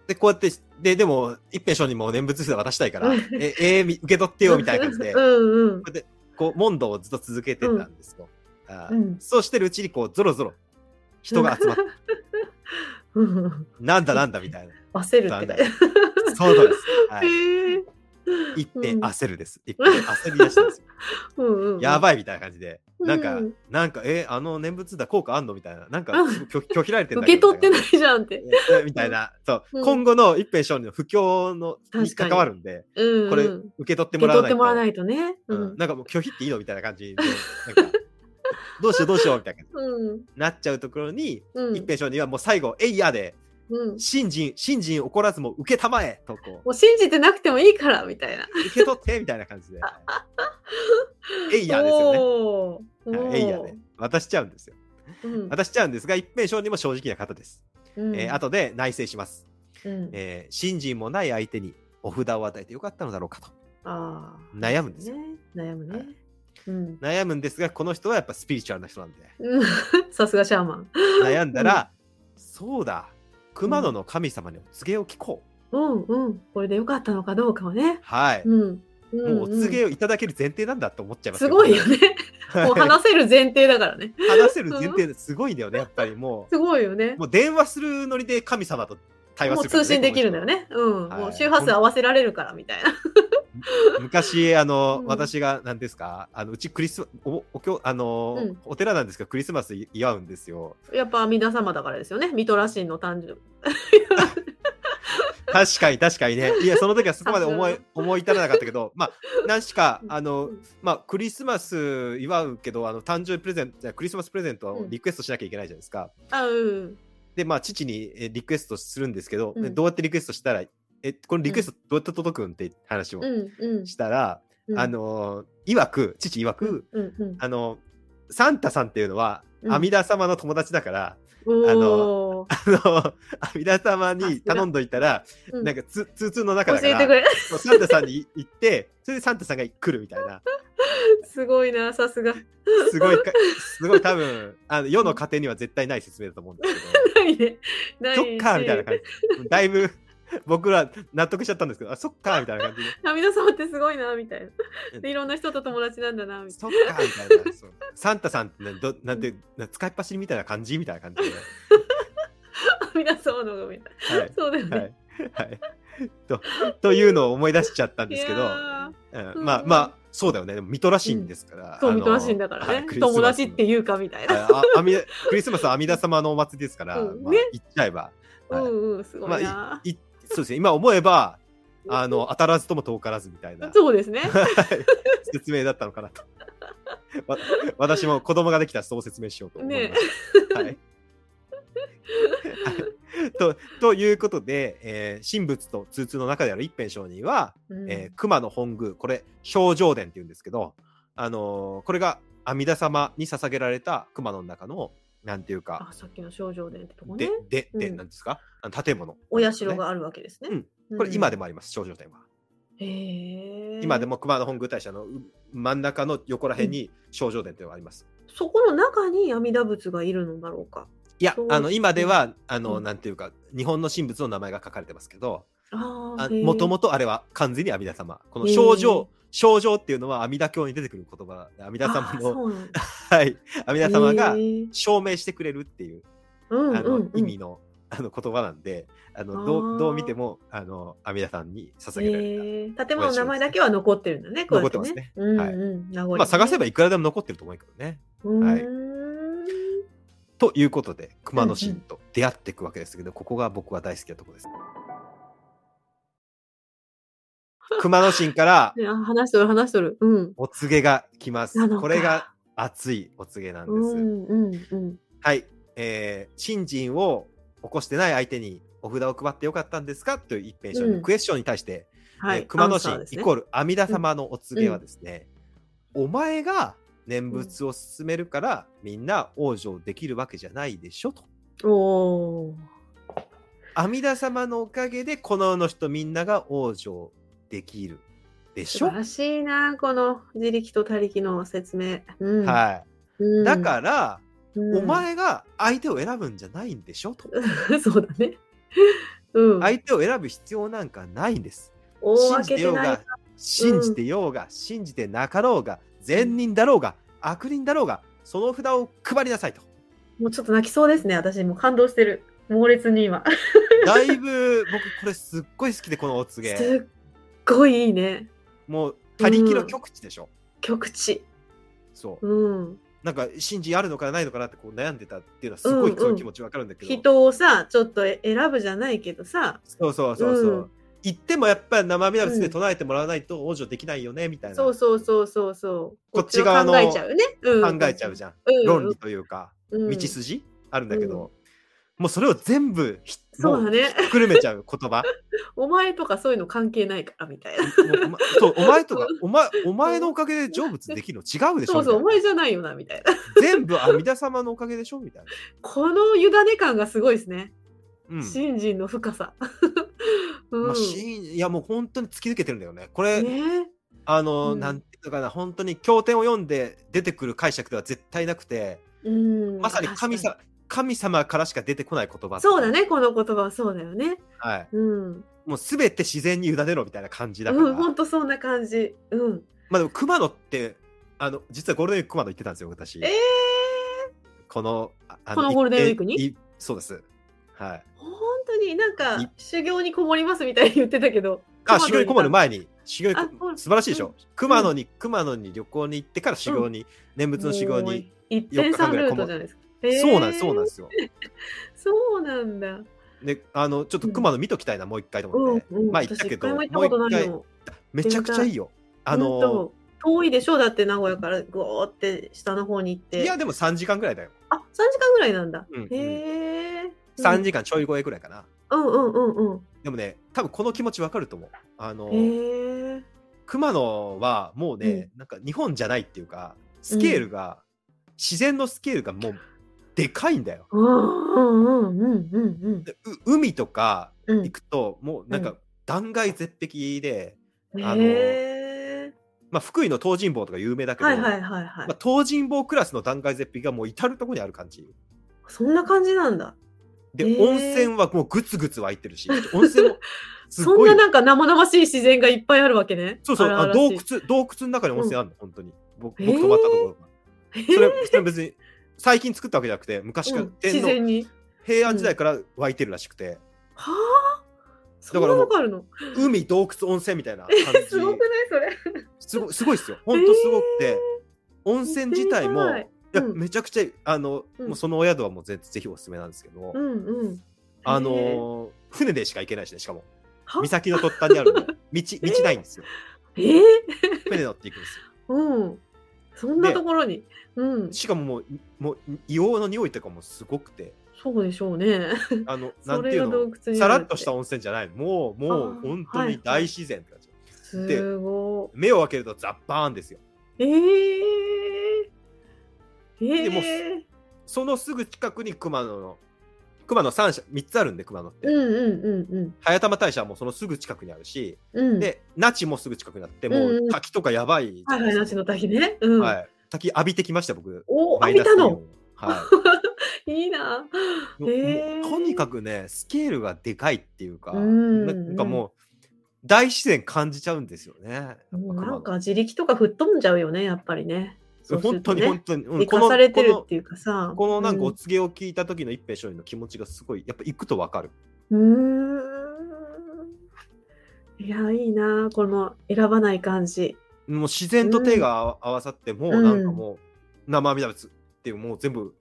B: でこうやってででも一平商人も念仏で渡したいから
C: うん
B: ええーみ受け取ってよみたいな感じで
C: うんうん。
B: こう問答をずっと続けてたんですよ。あー
C: うん
B: そうしてるうちにこうぞろぞろ人が集まって、
C: うん
B: なんだなんだみたいな。
C: 焦る
B: なん
C: っ
B: だ
C: て。
B: そうなんです。はい
C: へえ。
B: 一平
C: うん
B: 焦るです。一平焦り出したんですよ。
C: うんうん。
B: や
C: い。
B: ばいみたいな感じで、なんか、
C: うん
B: なんか、えあの念仏だ、効果あんのみたいな、なんか
C: うん、
B: すごい拒拒否られてん
C: 受
B: だけ
C: け
B: ど
C: 取ってないじゃんって。
B: みたいなえみたいな、そう、
C: うん
B: 今後の一平少年の不況のに
C: 確か
B: 関
C: に
B: わるんで、
C: うんうん。
B: これ
C: 受
B: 受け取って
C: け
B: もらわ
C: 取
B: ない
C: って
B: と、
C: もらわないとね。う
B: うん
C: ん。
B: なんかもう拒否っていいのみたいな感じで、なん か、どうしようどうしようみたいな
C: うん。
B: なっちゃうところに、
C: うん
B: 一平少年はもう最後、えいやで、
C: うん。
B: 信心、信心怒らずも受けたまえとこう、
C: もう信じてなくてもいいからみたいな。
B: 受け取ってみたいな感 じで、えいやですよね。
C: よね
B: はいえいやで、渡しちゃうんですよ。渡しちゃうんですが、一平少年も正直な方です。えー後で内省します、
C: うん
B: えー信心もない相手にお札を与えてよかったのだろうかと
C: あー
B: 悩むんですよ。
C: ね悩む
B: は
C: ね
B: い。
C: うん
B: 悩むんですがこの人はやっぱスピリチュアルな人なんで
C: さすがシャーマン。
B: 悩んだら、そうだ熊野の神様にお告げを聞こう、
C: うんうん。これでよかったのかどうかはね。
B: はい、
C: うん。も
B: もうお告げをいただける前提なんだと思っちゃいます
C: すごいよね。もう
B: 話
C: 話せる前提だからね。
B: 話せる前提ですごいんだよねやっぱりも
C: すごいよね
B: う。もう電話するノリで神様と対話
C: も
B: す
C: う
B: るから、
C: 通信できるんだよ
B: ね
C: ね。うん。
B: はい
C: もう周波数合わせられるからみたいな。
B: 昔あの、
C: うん
B: 私が何ですかあのうちクリスおお経あの、
C: うん
B: お寺なんですけどクリスマス祝うんですよ
C: やっぱ阿弥陀様だからですよね。ミトラシンの誕生。
B: 確かに確かにねいやその時はそこまで思
C: さ
B: い
C: す
B: 思い至らなかったけど まあ何しかあの
C: うん
B: まあクリスマス祝うけどあの誕生日プレゼントクリスマスプレゼントをリクエストしなきゃいけないじゃないですか、
C: あうん。
B: でまあ父にえリクエストするんですけど、
C: うん
B: どうやってリクエストしたらえこのリクエストどうやって届くんって話を
C: うんうん
B: したら、
C: うん。
B: あの曰く父曰く、
C: うんうん。
B: あの、サンタさんっていうのは、
C: うん
B: 阿弥陀様の友達だから、
C: お
B: あ
C: の、
B: あの、阿弥陀様に頼んどいたら、
C: うん
B: なんか、つ、通通の中
C: 教
B: だか
C: えて
B: ら、
C: くれ。
B: そうサンタさんに行って、それでサンタさんが来るみたいな、
C: すごいな、さすが。
B: すごいか、すごい多分、あの、世の家庭には絶対ない説明だと思うんです
C: ないね。な
B: けど、
C: いし。
B: そっかーみたいな感じ。だいぶ、僕ら納得しちゃったんですけど、あそっかーみたいな感じで。
C: 阿弥陀様ってすごいなみたいな
B: うん。
C: でいろんな人と友達なんだなみたい
B: そっかみたいな。そうサンタさんって、ね、どなんて、な使いっ走りみたいな感じみたいな感じで。
C: な。阿弥陀様の方がみたい
B: はい
C: な。。そうだよ
B: は
C: ね。
B: い。はい。と、というのを思い出しちゃったん
C: い
B: ですけど、
C: やー
B: うん
C: うん
B: まあまあ、そうだよね。でも、ミトらしいんですから。
C: そう、
B: あの
C: ミトラシンだから
B: は
C: ね
B: い。クリスマス
C: 友達っていうかみたいな。
B: ああ阿弥クリスマスは阿弥陀様のお祭りですから、
C: うん
B: まあ
C: ね、
B: 行っちゃえば。
C: う
B: はい
C: んうん、すごいな。
B: いそうですね。今思えば、あの、当たらずとも遠からずみたいな、
C: そうで すね。
B: はい説明だったのかなと。 わ私も子供ができたらそう説明しようと思いました。はい はいとということで、えー神仏と通通の中である一辺上人は、
C: うん
B: えー熊野本宮これ正常殿っていうんですけど、あのーこれが阿弥陀様に捧げられた熊野の中のなんていうか
C: あ、さっきの少女伝ってとこ
B: で
C: ね。
B: で
C: うん
B: で、なんですかあの建物
C: お社が
B: ね
C: あるわけですね。
B: これ今で
C: も。
B: もあります正常殿は、
C: へえ。
B: 今で。も熊野本宮大社のう真ん中の横ら辺に正常殿っていうのがあります、
C: そこの中に阿弥陀仏がいるのだろうか。
B: いや
C: そう
B: あの今ではあの、
C: うん
B: なんていうか日本の神仏の名前が書かれてますけど
C: ああ。へー
B: もともとあれは完全に阿弥陀様この
C: へー
B: 正常正常っていうのは阿弥陀教に出てくる言葉で阿弥陀
C: あ
B: 様
C: ー
B: の
C: そうなんだ
B: はい、阿弥陀様が
C: へー
B: 証明してくれるっていう、
C: うん
B: あの
C: うんうん
B: 意味のあの言葉なんであの
C: あ
B: どう
C: ー
B: どう見てもあの阿弥陀さんに捧げられた、
C: えー建物の名前だけは残ってるんだね。こうや
B: 残ってますね
C: うん
B: はい
C: うん、名残
B: まあ、探せば
C: いい。
B: いくらでも残ってると思うけどね。
C: う
B: はい
C: ーん
B: ということで熊野神と出会っていくわけですけど、ここが僕は大好きなところです。熊野神から
C: ねあ話しとる話しとる。うん。
B: お告げが来ます
C: なの。か
B: これが熱いお告げなんです。
C: うんうんうん。
B: はい、えー、新人を起こしてない相手にお札を配ってよかったんですかという一辺
C: う
B: の
C: ん
B: クエスチョンに対して、
C: は
B: えー
C: い。
B: 熊野
C: アンサー
B: 神
C: です
B: イ
C: ね
B: コール阿弥陀様のお告げはですね、お前が念仏を進めるから、みんな往生できるわけじゃないでしょと。
C: おー
B: 阿弥陀様のおかげで、この世の人みんなが往生できるでし
C: 素
B: ょ
C: 晴。らしいな、この自力と他力の説明。うん
B: はい。
C: うん
B: だから、
C: うん
B: お前が相手を選ぶんじゃないんでしょと。
C: そうだね。うん。
B: 相手を選ぶ必要なんかないんです。
C: 大
B: 信
C: 分
B: じ
C: け
B: てよ
C: て
B: う
C: ない
B: が。、信じてようが、信じてなかろうが、善人だろうが、悪人だろうが、その札を配りなさいと。
C: もうちょっと泣きそうですね、私。もう感動してる。猛烈に今。
B: だいぶ僕これすっごい好きでこのお告げ。
C: すっごいいいね。
B: もう他力の極地でしょ。
C: 極地。
B: そう。
C: うん。
B: なんか信じあるのかないのかなってこう悩んでたっていうのはすごいそういう気持ちわかるんだけど。
C: 人をさ、ちょっと選ぶじゃないけどさ、
B: そうそうそうそう。
C: うん
B: 言ってもやっぱり生身なで唱えてもらわないと往生できないよねみたいな
C: そう
B: 考
C: そうそうそうそう。
B: こっち側の
C: こっちを考えちゃうね。うん、
B: えちゃうじゃん。
C: うんうん
B: 論理というか
C: うん
B: 道筋あるんだけど、もうそれを全部ひ
C: そう
B: も
C: だね
B: ひっくるめちゃう言葉。
C: お前とかそういうの関係ないからみたいな。
B: もうお前そうお前とかお前お前のおかげで成仏できるの違うでしょ
C: そうそう、お
B: みたい
C: 前じゃないよなみたいな。
B: な全部阿弥陀様のおかげでしょみたいな。
C: この委ね感がすごいですね。
B: うん
C: 信心の深さ。 うん
B: まあ、シーンいやもう本当に突き抜けてるんだよね。これ、
C: ね
B: あの、
C: うん
B: なんていうのかな本当に経典を読んで出てくる解釈では絶対なくて
C: うん、
B: まさに神様神様からしか出てこない言葉
C: 確かにそうだね、この言葉はそうだよね。
B: はい、
C: うん。
B: もう全て自然に委ねろみたいな感じだから、
C: うん、ほんとそんな感じ。うん。
B: まあでも熊野ってあの実はゴールデンウィーク熊野行ってたんですよ私、
C: ええ
B: このああ
C: このゴールデンウィークに
B: いそうですはい
C: ー、本当になん
B: い
C: か修行にこもりますみたいに言ってたけど。
B: あ修行にこもる
C: 前
B: 前に修行に
C: あそう
B: 素晴らしいでしょ、
C: うん
B: 熊野に熊野に旅行に行ってから修行に、念仏の修行に、。
C: 一点三ルートじゃないですか。
B: そうなんですそうなん
C: で。
B: ですすよ
C: そうなんだ。
B: であのちょっと熊野見ときたいな、もう一回と
C: う
B: 思っ
C: ん
B: て、
C: うん。
B: まあ行ったけど
C: 私一回も行ったことな
B: も
C: い
B: う
C: の。
B: めちゃくちゃいいよあ
C: ほん
B: の
C: と遠いでしょだって名古屋からぐおーって下の方に行って。
B: いやでも3時間ぐらいだよ、
C: あ、三時間ぐらいなんだ。
B: うんうん
C: へえ。
B: 3時間ちょい超えぐらいかな
C: うんうんうん
B: でもね多分この気持ちわかると思うあの
C: うん。へえ。
B: 熊野はもうね、なんか日本じゃないっていうかスケールが、自然のスケールがもうでかいんだよ
C: うんうんうんうんうん
B: でう海とか
C: うん。
B: 行くともうなん
C: う
B: か断崖絶壁で、あの
C: へえ。
B: まあ、福井の東尋坊とか有名だけど、
C: はいはいはいはい。
B: まあ、東尋坊クラスの断崖絶壁がもう至る所にある感じ
C: そんな感じなんだ。
B: で、
C: へー
B: 温泉はもうグツグツ湧いてるし温泉もす
C: そん
B: ごい
C: ななんか生々しい自然がいっぱいあるわけね。
B: そうそう
C: 荒
B: あ
C: 々し
B: 洞
C: い。
B: 窟洞窟の中に温泉あるの、本当に僕
C: へ
B: 僕
C: ー
B: 泊まったところがそ
C: へ
B: れそれ別に最近作ったわけじゃなくて昔か
C: う
B: ら、
C: ん自
B: 天皇
C: 然に。
B: 平安時代から湧いてるらしくて、
C: はあ。そんなのがあるの。
B: 海洞窟温泉みたいな感じ
C: すごくないそれ。
B: すごいすごいですよほんとすごくて、温泉自体も
C: 行っ
B: い
C: てみた
B: や
C: いうん
B: めちゃくちゃいいあの、
C: うん
B: もうそのお宿はもうぜぜひおすすめなんですけど、
C: うんうん。
B: あ
C: へー
B: の船でしか行けないしねしかも
C: は
B: 岬の突端にある の道道ないんですよ
C: えー、
B: 船乗っていくんですよ
C: うん。そんなところに。うん。
B: しかももうもう硫黄の匂いとかもすごくて
C: そうでしょうね。
B: あのな
C: そ
B: んて
C: れ
B: い
C: が
B: う
C: 洞
B: の
C: 窟に
B: さらっとした
C: た。
B: 温泉じゃないもうもう
C: あー
B: 本当に大自然って感じ、
C: すご
B: 目を開けるとザッバーンですよ
C: い。えー、えー。
B: でもそのすぐ近くに熊野の熊野三社3つあるんで熊野って、
C: うんうんうん
B: 早玉大社はもうそのすぐ近くにあるし、
C: うん。うん、
B: で那智もすぐ近くにあっても
C: うんう
B: うん滝とかやばいじ
C: は
B: ゃ
C: い
B: な
C: はいい、
B: で
C: な
B: す
C: し
B: か
C: の滝ね。うん。
B: はい滝浴びてきました僕
C: お
B: マ
C: あ
B: イナ
C: 見
B: ス
C: た
B: イオ
C: の
B: ンはい
C: いいな。
B: もう
C: へー
B: もうとにかくねスケールがでかいっていうか
C: うん
B: なんかもう大自然感じちゃうんですよねやっぱ
C: もう
B: 熊
C: な
B: 野
C: んか自力とか吹っ飛んじゃうよね、やっぱりね。そうす
B: 本
C: る
B: 当
C: と
B: に
C: ね
B: 本当に、うん
C: 生
B: こ
C: か
B: の
C: されてるっ
B: こ
C: ていうかさ。
B: のこのなんかお告げを聞いた時の一平少年の気持ちがすごいやっぱ行くとわかる
C: うん。うーんいや、いいな、この選ばない感じ。
B: もう自然と手が合わさってもうなんかもう生身だ仏っていうもう全部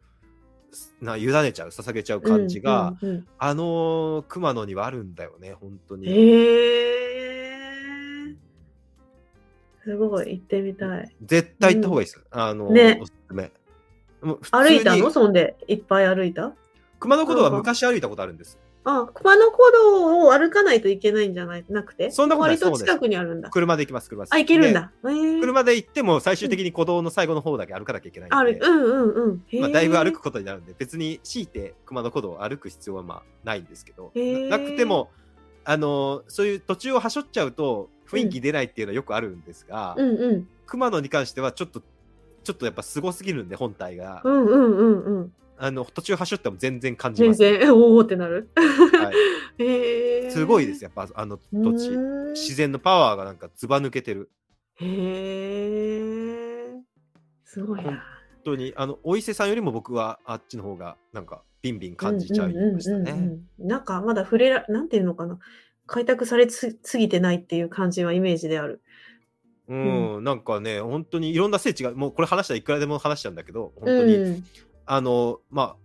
B: な委ねちゃう捧げちゃう感じが、
C: うんうんうん
B: あのー熊野にはあるんだよね本当に、
C: えー、すごい行ってみたい
B: 絶対行った方がいいです、あのー
C: ね
B: おすすめもう普通に
C: 歩いたのそんでいっぱい歩いた
B: 熊野古道は
C: うんうん
B: 昔歩いたことあるんです。
C: あ、熊野古道を歩かないといけないんじゃないなくて
B: そんなことない
C: 割と近くにあるんだ。
B: 車で行きます、車で。
C: あ、行けるん
B: で。
C: だ。へえ
B: 車で行っても最終的に鼓動の最後の方だけ歩かなきゃいけない
C: あ
B: ん
C: る
B: で、、
C: うんうんうん。へえ
B: まあ、だいぶ歩く。ことになるんで、別に強いて熊野古道を歩く必要はまあないんですけど、
C: へー
B: ななくても、あのーそういう途中をはしょっちゃうと雰囲気出ないっていうのはよくあるんですが、
C: うんうん。
B: 熊野に関してはちょっと、ちょっとやっぱすごすぎるんで、本体が。
C: うんうんうんうん。
B: あの、途中はしょっても全然感じ
C: 全
B: ます。
C: 然、おおってなる。
B: はい
C: へえ
B: すごいです、やっぱあの
C: うー
B: 土
C: ん
B: 地。自然のパワーがなんかずば抜けてる。
C: へえ。すごいな。
B: 本当に、あの、お伊勢さんよりも僕はあっちの方がなんかビンビン感じちゃいました
C: うんうんうん
B: ね。
C: うんなんかまだ触れら、なんていうのかな。開拓されすすぎてないっていう感じはイメージである。
B: うんん、なんかね、本当にいろんな聖地が、もうこれ話したらいくらでも話しちゃうんだけど、本
C: う
B: 当に、
C: ん。
B: あの、まあ、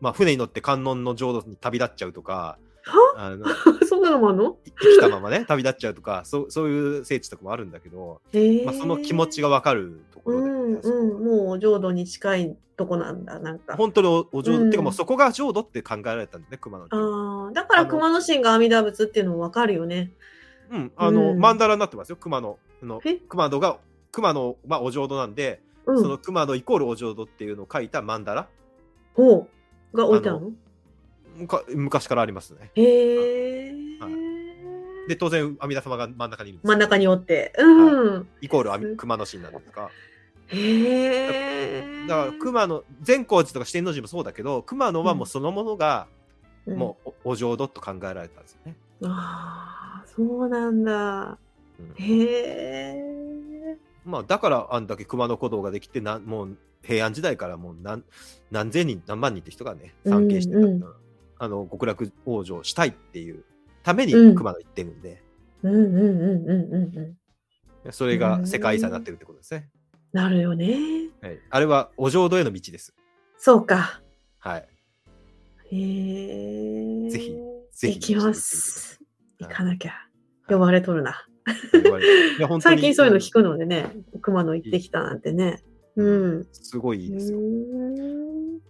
B: まあ、船に乗って観音の浄土に旅立っちゃうとか、
C: は
B: あの
C: そんなのもあんの
B: 生きたままね、旅立っちゃうとか、そうそういう聖地とかもあるんだけど、
C: へえ。
B: まあ、その気持ちがわかるところ
C: う
B: で、
C: ん
B: そこは
C: うん、もう浄土に近いとこなんだ、なんか。
B: 本当におお浄土、
C: うん
B: てかもうそこが浄土って考えられたんだね熊野って
C: ああ、だから
B: あの
C: 熊野神が阿弥陀仏っていうのもわかるよね。
B: うんあの、
C: うん
B: 曼荼羅になってますよ熊野の
C: え
B: 熊野が熊野、まあ、お浄土なんで、
C: うん。
B: その熊野イコールお浄土っていうのを書いた曼荼羅
C: ほうが置いてある
B: あ
C: の
B: むか昔からありますね
C: へえ。
B: はいで当然阿弥陀様が真ん中にいるんです
C: 真ん中におって。うん。
B: イコール阿
C: す
B: 弥熊野神なんですが
C: へえ。
B: だから熊野善光寺とか四天王寺もそうだけど熊野はもうそのものが、もうおお浄土と考えられたんですよね、
C: うん。ああ、そうなんだ。
B: うん
C: へえ。
B: まあ、だからあんだけ熊野古道ができてなんもう平安時代からもう何何千人何万人って人がね参詣してた、
C: うんうん
B: あの極楽往生したいっていうために
C: うん
B: 熊野行ってるんで、
C: うんうんうんうんうんうん。
B: それが世界遺産になってるってことですね、
C: なるよね。
B: はい、あれはお浄土への道です
C: そうか。
B: はい
C: へえ。
B: ぜひ、ぜひ
C: 行きます。
B: 行ってみてくだ
C: 行
B: さい
C: かなきゃ。
B: い
C: 呼ばれとるな。
B: いや本当に
C: 最近そういうの聞くのでね、熊野行ってきたなんてね。うん。
B: すごいいいですよ、
C: うーん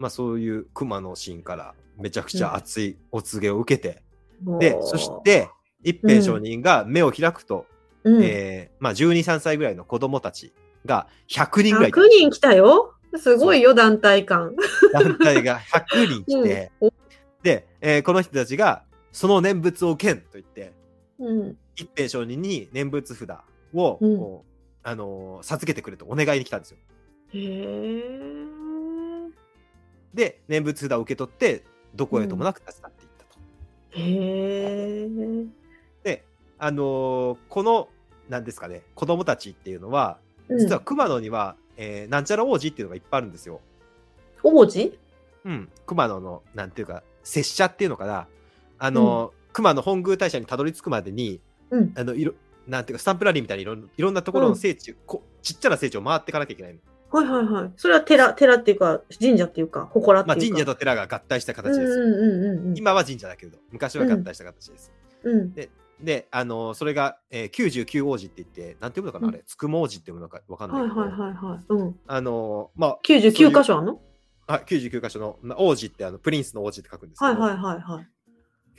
B: まあ、そういう熊野神からめちゃくちゃ熱いお告げを受けて、
C: もう
B: でそし、て一平上人が目を開くと、
C: うん、
B: えーまあ、12、3歳ぐらいの子供たちが100人ぐらいいた
C: 100人来たよ。すごいよ、団体感。
B: 団体が100人来て、で、えーこの人たちがその念仏を受けんと言って
C: うん。
B: 一平上人に念仏札をこう、
C: うん
B: あのー授けてくれとお願いに来たんですよ。
C: へえ。
B: で念仏札を受け取ってどこへともなく立ち去っていったと。
C: へえ。
B: で、あのーこのなんですかね子供たちっていうのは実は熊野には、えーなんちゃら王子っていうのがいっぱいあるんですよ。
C: うん、王子
B: うん、熊野のなんていうか拙者っていうのかなあの、熊野本宮大社にたどり着くまでに
C: うん。
B: あのいろなんていうかスタンプラリーみたいにいろんいろんなところ
C: う
B: の
C: ん
B: 聖地、こちっちゃな聖地を回っていかなきゃいけないの、
C: はいはいはい。それは寺、寺っていうか、神社っていうか、祠って
B: まあ、
C: いうか。
B: 神社と寺が合体した
C: うん
B: 形
C: う
B: です、
C: んうんうん。
B: 今は神社だけど昔は合体した形です、
C: うん。
B: であのそれが、えー、99王子って言ってなんていうのかなあれつくも王子っていうのかわかんな
C: はいい
B: け
C: は
B: ど、
C: いはいはい。うん。
B: あのまあ
C: 99
B: そういう
C: 箇所あんの
B: あ99箇所の、まあ、王子ってあのプリンスの王子って書くんですけど、
C: はいはいはいはい。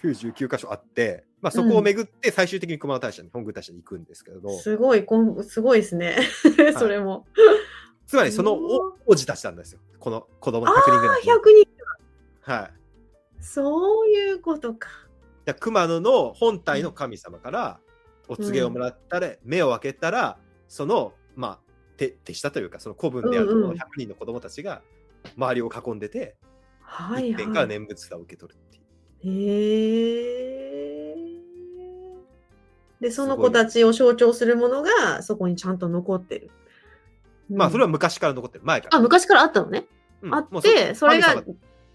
B: 99箇所あって、まあ、そこを巡って最終的に熊野大社に、本宮大社に行くんですけれど、
C: すごい、こんすごいですね。 それも。
B: つまりそのお王子たちなんですよ、この子供の100人ぐらい。
C: 100人。
B: はい、
C: そういうことか。
B: で熊野の本体の神様からお告げをもらったら、目を開けたら、その、まあ、手手下というか、その古文であるところ
C: うん
B: の
C: うん
B: 100人の子供たちが周りを囲んでて、
C: はい
B: 一点から
C: はい。
B: 念仏札を受け取るっていう。
C: へえ。で、その
B: すご
C: 子
B: い
C: たちを象徴するものが、そこにちゃんと残ってる。
B: まあ、それは
C: は、
B: 昔から残ってる、前から。
C: あ、昔からあったのね。
B: うん
C: あ
B: もう
C: っ
B: う
C: て、それが
B: 神様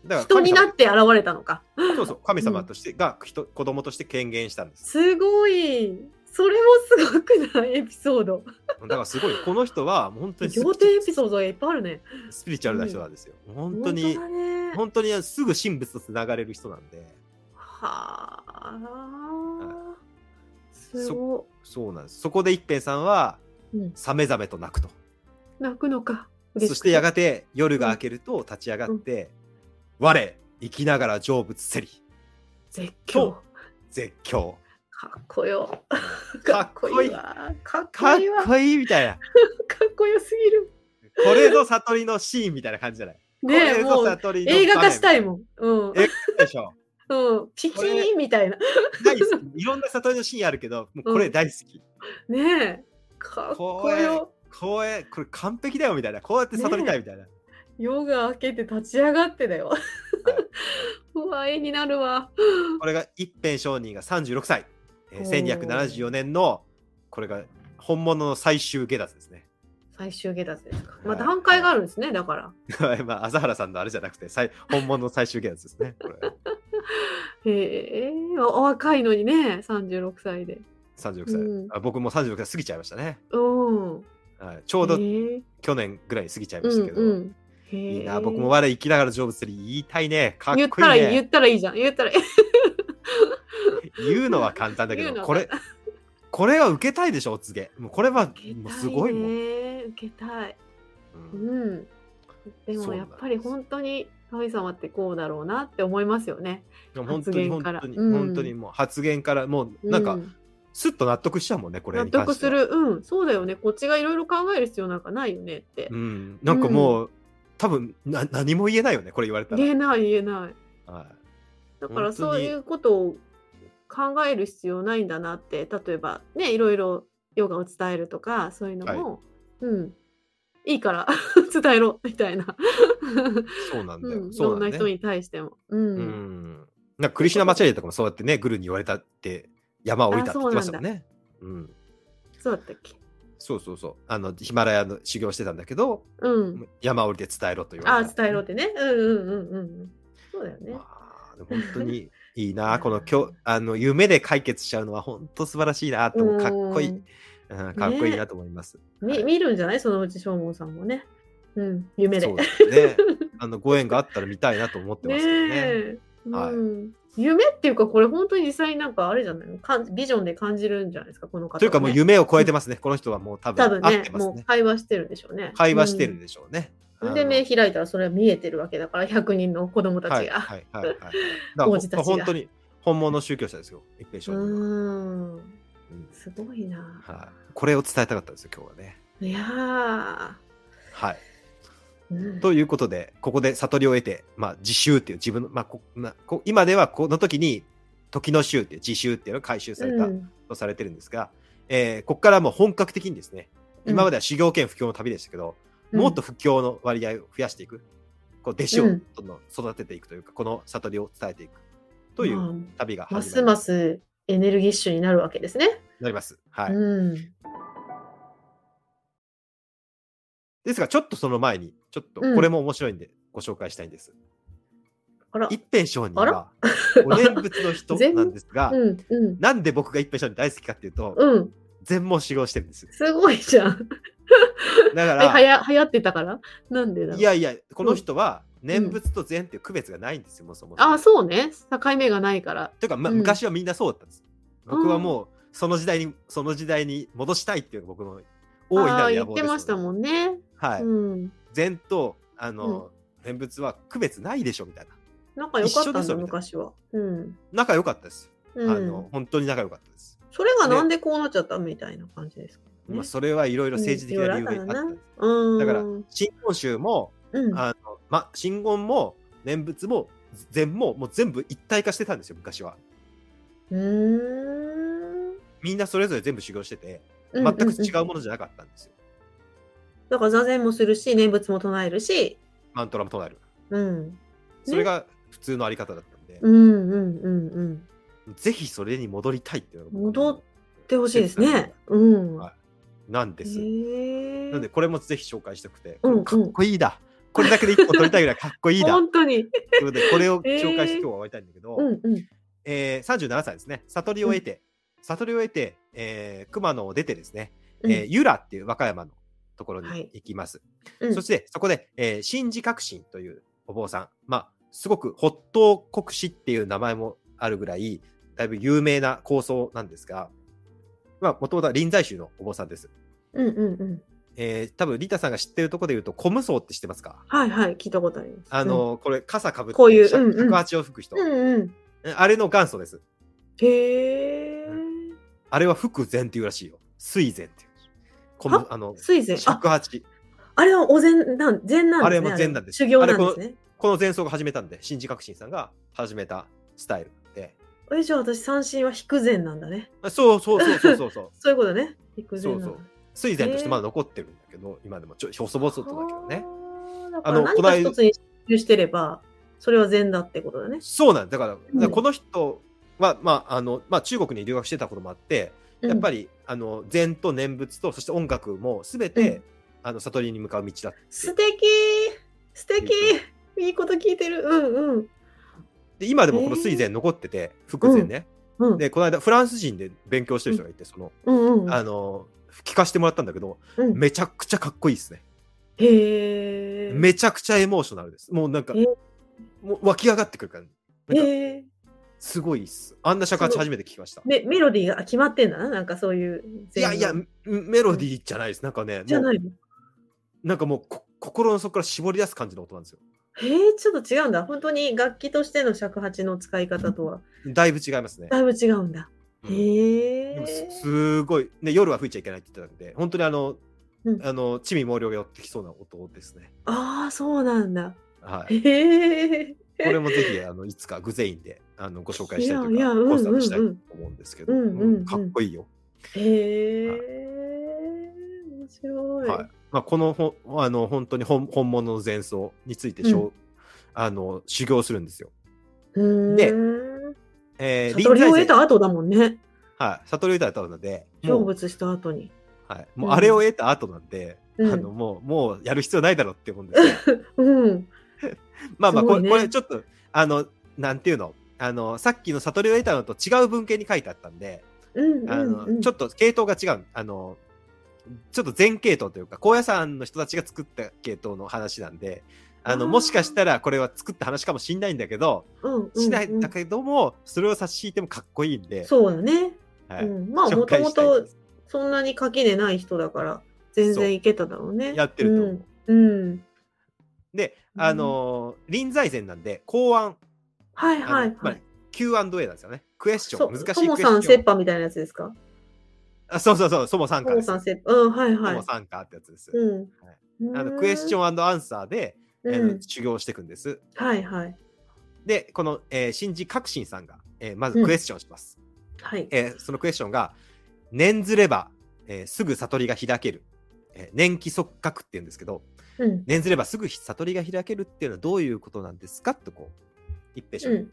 B: だから
C: 人にな
B: 神様
C: って現れたのか。
B: そうそう、神様として、が人子供として権限したんです。
C: すごい。それもすごくないエピソード。
B: だからすごい、この人はもう本当にスピ
C: 仰天エピソードがいっぱいあるね。
B: スピリチュアルな人なんですよ。本当に
C: 本、だね、は
B: 本当にすぐ神仏とつながれる人なんで、
C: あ。すご
B: そうなんです。そこで一平さんは、
C: い。うん
B: さめざめと泣くと。
C: 泣くのか。
B: そしてやがて夜が明けると立ち上がって、我、生きながら成仏せり。
C: 絶叫。
B: 絶叫。
C: かっこよ。
B: か
C: か
B: っ
C: っ
B: こ
C: こ
B: い
C: い
B: い
C: いわ。かっ
B: か
C: こ
B: っ
C: いいわ。か
B: こいいみたいな。
C: っこよすぎる。
B: これぞ悟りのシーンみたいな感じじゃない。こ
C: ね
B: れ
C: え、
B: ぞ
C: もう
B: 悟りの
C: 映画化したい
B: ん。
C: もん。うん。
B: 映画でしょ。
C: うん、ピキーンみたいな。
B: 大好き。いろんな悟りのシーンあるけど、もうこれ大好き。
C: ねえ。かっこよ。
B: これ、これ完璧だよみたいな。こうやって悟りたいみたいな。
C: 夜が明けて立ち上がってだよ。うわ、絵になるわ。
B: これが一辺商人が36歳。えー、1274年の、これが本物の最終下脱ですね。
C: 最終下脱ですか。まあ、
B: はい
C: 段階があるんですね、だから。
B: まあ、朝原さんのあれじゃなくて、最本物の最終下脱です ね。これ
C: へえ、おお若いのにね、36歳で。
B: 36歳、
C: うん
B: あ僕も36歳過ぎちゃいましたね、
C: うん。
B: はい、ちょうど
C: へえ
B: 去年ぐらい過ぎちゃいま
C: う
B: した
C: ん
B: けど、
C: うん。へえ
B: いいな僕も我生きながら成仏する言いたいねかっ
C: 言っ
B: こ
C: たら
B: いい
C: いい、言
B: ね
C: ったらいいじゃん。言ったらいい。
B: 言うのは簡単だけ
C: 言
B: ど
C: うのは
B: これこれは受けたいでしょお告げもうこれは
C: 受け
B: もう
C: たい
B: すごいもん、
C: ね。受けたい。
B: うん
C: うん。で
B: そう
C: も
B: な
C: や
B: ん
C: っ
B: です
C: ぱり本当に神様ってこうだろうなって思いますよね。
B: でも本当に本
C: 発言から
B: 当に、
C: うん
B: 本当にもう発言からもうなんか
C: う
B: すっと納得しちゃうもんねこれ
C: 納
B: に関
C: 得
B: して
C: す
B: は、
C: る。うん、そうだよね。こっちがいろいろ考える必要なんかないよねって
B: う。ん、なんかもう、多分な何も言えないよねこれ言われたら、
C: 言えない言えない。
B: はい
C: だか
B: 本当
C: ら
B: に
C: そういうことを考える必要ないんだなって、例えばね、いろいろヨガを伝えるとか、そういうのも、うん、いいから 伝えろみたいな。
B: そうなんだよ、
C: うん、い
B: そ
C: ろ
B: うんな
C: なん
B: だ
C: 人
B: よ
C: に対しても。うん。
B: うんなんかクリシュナマチャリアとかもそうやってね、グルに言われたって、山を降りたって言ってましたもんね。うん。
C: そうだったっけ。
B: そうそうそう。あの、ヒマラヤの修行してたんだけど、
C: うん。
B: 山を降りて伝えろと言わ
C: あ
B: れ
C: あ、
B: た。
C: 伝えろってね。うんうんうんうんうん。そうだよね。
B: まあでも本当にいい な、この今日、あの、夢で解決しちゃうのは本当素晴らしいなと思う、かっこいい、
C: うん
B: うんかっこいいなと思います。は
C: み
B: い
C: 見るんじゃないそのうち、しょうもんさんもね。うん、夢で。
B: そう
C: ね
B: です ね。あの、ご縁があったら見たいなと思ってますけどね。
C: え。
B: はい
C: うん夢っていうか、これ本当に実際になんかあれじゃないのかんビジョンで感じるんじゃないですか、この方はね、
B: というかもう夢を超えてますね。この人はもう多
C: 多分
B: 分合っ
C: ね
B: て、ます
C: もう
B: ね。
C: 会話してるんでしょうね。
B: 会話してる
C: うん
B: んでしょうね。
C: それで
B: あ
C: 目
B: の
C: 開いたらそれは見えてるわけだから、100人の子供たちが。
B: はいはいはい はい、だからほ
C: 王子たちが
B: 本当に本物の宗教者ですよ、一平
C: う
B: 少年は、
C: ーん、
B: うん
C: すごいな。
B: はい。これを伝えたかったんですよ、今日はね。
C: いや
B: はい、
C: ー、うん
B: ということで、ここで悟りを得て、まあ、自習っていう自分の、まあこまあこ今ではこの時に時の衆っていう自習っていうのが回収された
C: うん
B: とされてるんですが、えーここからもう本格的にですね、今までは修行兼布教の旅でしたけど、もっと布教の割合を増やしていく、こう弟子をどんどん育てていくというか、この悟りを伝えていくとい
C: ま
B: う
C: あ
B: 旅が始まり
C: ま
B: ます
C: すますエネルギッシュになるわけですね。
B: なります。はい。
C: うん。
B: ですが、ちょっとその前に、ちょっと
C: うん
B: これも面白いんで、ご紹介したいんです。
C: あら、
B: 一辺商人
C: あ
B: は
C: ら、
B: お念仏の 人なんですが、
C: うんうん
B: なんで僕が一辺商人大好きかっていうと、
C: うん。
B: 全問修行してるんですよ。
C: すごいじゃん。
B: だか
C: えは
B: ら、
C: や流行ってたからなんでだろう
B: いやいや、この人は念仏と禅っていう区別がないんですよ、もうそもそも。
C: あそうね境目がないから
B: というか、ま
C: うん
B: 昔はみんなそうだったんです。僕は
C: うん
B: もう、その時代に、その時代に戻したいっていうのが僕の
C: あ
B: 大いな
C: あ
B: る
C: ー
B: 野
C: 言っ
B: 望です
C: て
B: ので。
C: ましたもんね、
B: はい。
C: うん
B: 禅と、あの、念仏は区別ないでしょ、みたいな。
C: 仲良かっ
B: 一緒で
C: たん
B: すよ
C: だ
B: みたいな
C: 昔はうん、
B: 仲良かったです。
C: うん、
B: あの、本当に仲良かったです。
C: それがなんでこうなっちゃったみたいな感じですかね
B: まあ、それはいろいろ政治的な理由があったんです。
C: うん
B: だから、真言宗も、
C: うん、
B: あのま、真言も、念仏も、禅も、もう全部一体化してたんですよ、昔は。
C: うーん
B: みんなそれぞれ全部修行してて、
C: うん
B: 全く違
C: うん
B: うものじゃなかったんですよ。
C: だから座禅もするし念仏も唱えるし、
B: マントラも唱える。
C: うん、
B: それが普通のあり方だったんで、
C: うんうんうんうん
B: ぜひそれに戻りたいっていうのが僕の
C: 戻ってほしいですねうん、
B: はいなんです。
C: へえ
B: なんで、これもぜひ紹介したくて、
C: うんうん
B: かっこいいだ。これだけで一個取りたいぐらいかっこいいだ。
C: 本当
B: と
C: に
B: いうことで、これを紹介して今日は終わりたいんだけど、
C: うんうん
B: えー、37歳ですね、悟りを得て、悟りを得て、えー、熊野を出てですね、えー、由良っていう和歌山のところ
C: はい
B: に行きます。
C: うん
B: そして、そこで、えー、神事革新というお坊さん、まあ、すごく北東国師っていう名前もあるぐらい、だいぶ有名な構想なんですが、まあ、もともとは臨済宗のお坊さんです。
C: うんうんうん
B: えー、多分リタさんが知ってるところで言うと、コムソーって知ってますか
C: はいはい聞いたことあります
B: あの、これ、傘かぶって、
C: こういう
B: しゃ
C: うんうん
B: 尺八を吹く人。
C: うんうん
B: あれの元祖です。
C: へえ。
B: あれは福禅っていうらしいよ。水禅っていう。この
C: は
B: あの
C: 水禅。あ、
B: 尺八。
C: あれはお禅なん、禅なんですね。
B: あれも禅なんです
C: 修行なんですね。
B: この禅奏が始めたんで、新次革新さんが始めたスタイルで。
C: え、じゃあ私三振は引く禅なんだね。
B: そうそうそうそうそう そう。
C: そういうことね。引く禅なんだ。
B: そう水禅としてまだ残ってるんだけど、今でもちょ細々とだけどね。
C: はあ。
B: あ
C: あ
B: の
C: の、
B: 古
C: 何か
B: 代
C: 一つに集中してれば、それは禅だってことだね。
B: そうなんだから、
C: うん
B: だからこの人は、まああのまあ、中国に留学してたこともあって、やっぱ
C: り。
B: りあの禅と念仏とそして音楽もすべて、
C: うん
B: あの悟りに向かう道だって
C: 素敵素敵いいこと聞いてる。うんうん。
B: で今でもこの水禅残ってて、福禅ね、
C: うん、
B: でこの間フランス人で勉強してる人がいてその、
C: うんうん
B: あの聞かせてもらったんだけど
C: うん、
B: めちゃくちゃかっこいいですね
C: へえ。
B: めちゃくちゃエモーショナルですもうなんか
C: えー
B: もう湧き上がってくる感じなんか
C: へえ
B: すごいっすあんな尺八初めて聞きました
C: メメロディーが決まってんだな、なんかそういう
B: い
C: 全
B: や
C: 部。
B: いやメメロディーじゃないですなんかね
C: じゃ
B: も
C: な
B: う
C: いの。
B: なんかもうこ心の底から絞り出す感じの音なんですよ
C: へえ、ちょっと違うんだ。本当に楽器としての尺八の使い方とは
B: だいぶ違いますね、
C: だいぶ違うんだ。
B: うん
C: へ
B: で
C: え
B: も。すすごい、ね、夜は吹いちゃいけないって言ってたんで、本当にあの、
C: うん
B: あの、地味毛量が寄ってきそうな音ですね。
C: ああ、そうなんだ。
B: はい。
C: へえ。
B: これもぜひ、あの、いつかグゼインで、あの、ご紹介したいと
C: い
B: いう
C: やい
B: か、
C: やうん
B: コンサートしたいと思うんですけど、
C: うんうんうん
B: かっこいいよ。
C: へえ
B: はい。
C: 面白い。
B: はいまあ、このほ、あの、本当に本本物の前奏についてしょう、あの、修行するんですよ。
C: うーん。
B: でえー、
C: 悟りを得
B: 禅、
C: た後だもんね。
B: はい、悟りを得た後なので、も
C: 成
B: う、
C: 仏した後に。
B: はい、もうあれを得た後なんで、
C: うん
B: あの、もう、もうやる必要ないだろうって思うん ですよ。
C: うん。
B: まあまあ
C: す
B: こ
C: ご
B: れ,、
C: いね
B: これちょっとあのなんていうのあのさっきの悟りを得たのと違う文献に書いてあったんで、
C: うん。
B: あの
C: うん
B: ちょっと系統が違うあのちょっと全系統というか高野山の人たちが作った系統の話なんであの
C: あー
B: もしかしたらこれは作った話かもしんないんだけど
C: うん
B: しない
C: うん
B: んだけども、それを差し引いてもかっこいいんで、
C: そうだね。
B: はい
C: うん、まあも
B: 紹
C: と
B: 介
C: も
B: したい
C: と
B: です
C: そんなに垣根ない人だから全然いけただろうね。
B: やってると思う。
C: うん。うん。
B: であの臨済禅なんで公安
C: はい
B: あの
C: はい
B: まあ
C: はい。
B: Q&A なんですよねクエスチョ
C: そ
B: ン難しいクエス
C: とも
B: チ
C: さん
B: ョ
C: 折
B: ン
C: 半みたいなやつですか
B: あそうそうそうそも参
C: と
B: 加
C: も
B: です
C: さん折半。うん、はい
B: と
C: は
B: も
C: い。
B: さんかってやつです。
C: うん
B: はい。
C: うーん
B: あのクエスチョンアンサーで、えー
C: うん。
B: 修行していくんです。
C: はいはい。
B: で、この、えー、新次革新さんが、えーま
C: う
B: ず
C: ん
B: クエスチョンします。
C: はい。
B: えーそのクエスチョンが、念ずれば、えーすぐ悟りが開ける。えー念気即覚って言うんですけど、
C: うん。
B: 念ずればすぐ悟りが開けるっていうのはどういうことなんですかとこう、一平
C: う
B: 上人に
C: ん。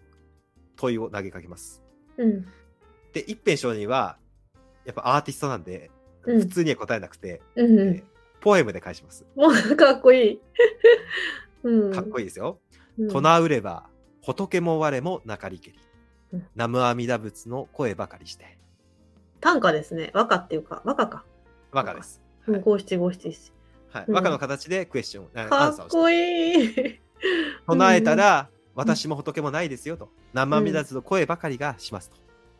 B: 問いを投げかけます。
C: うん。
B: で、一平上人は、やっぱアーティストなんで、
C: うん
B: 普通には答えなくて、
C: うん
B: えーポエムで返します。
C: もうかっこい い。うん。
B: かっこいいですよ。
C: いい
B: 唱うれば仏も我もなかりけり
C: うん。
B: 南無阿弥陀仏の声ばかりして。
C: 短歌ですね。和歌っていうか、和歌か。
B: 和歌です。
C: う
B: は
C: ん
B: い
C: 五七五七七。
B: はい、
C: うん
B: 和歌の形でクエスチョン、あア
C: か
B: ンサー
C: っ
B: をして。
C: こいい。
B: 唱えたら、私も仏もないですよと。南無阿弥陀仏の声ばかりがしますと。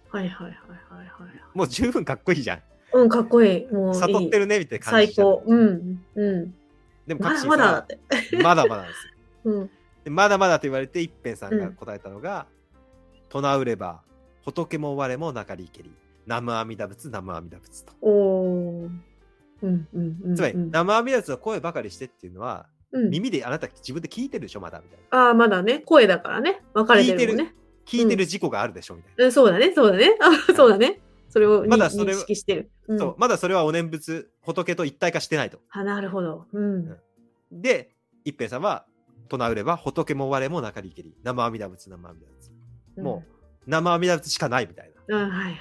C: はいはいはいはいはい。
B: もう十分かっこいいじゃん。
C: うん、かっこいい。もういい
B: 悟ってるねみたいな感じ
C: 最
B: じゃん。
C: 高。うん。うん。
B: でも、各
C: まだ
B: 地
C: まだだって。
B: まだまだですよ。
C: うん。
B: でまだまだと言われて、一平さんが答えたのが、唱うれば仏も我もなかりけり。南無阿弥陀仏、南無阿弥陀仏と。
C: おーうんうんうん。
B: つまり、
C: うん、
B: 生阿弥陀仏の声ばかりしてっていうのは、
C: うん
B: 耳であなた自分で聞いてるでしょ、まだみたいな。
C: ああ、まだね、声だからね、分かれてるもんね。
B: 聞いてる事故があるでしょ、みたいな。
C: うん、そうだね、そうだね。あ そうだね。それをに
B: まだそれ
C: 認識してる。うん、
B: そうまだそれはお念仏、仏と一体化してないと。
C: あなるほど。う
B: うん
C: ん。
B: で、一平さんは、唱うれば仏も我もなかりけり。生阿弥陀仏、生阿弥陀仏。もう、生阿弥陀仏しかないみたいな。
C: うん。うん、はいはいはい。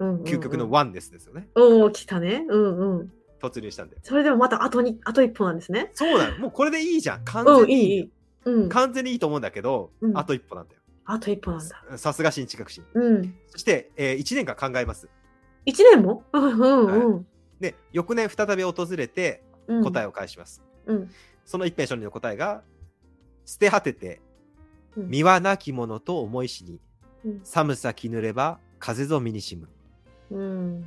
C: うんうんうん
B: 究極のワンネスですよね。
C: おお、来たね。うんうん。
B: 突入したんで。
C: それでもまた後に、あと一歩なんですね。
B: そうなの。もうこれでいいじゃん。完
C: う
B: 全
C: ん、い
B: にい
C: い、い
B: い
C: い。うん。
B: 完全にいいと思うんだけど、
C: うん
B: あと一歩なんだよ。
C: あと一歩なんだ。
B: さすが新知覚心。
C: うん。
B: そして、え1年間考えます。
C: 一年もうんうん
B: で、翌年再び訪れて
C: うん。
B: 答え
C: を。
B: を返します。
C: うん。
B: その一辺書人の答えが、捨て果てて、
C: うん
B: 身はなきものと思いしに、
C: うん
B: 寒さ着ぬれば風ぞ身にしむ。
C: うん。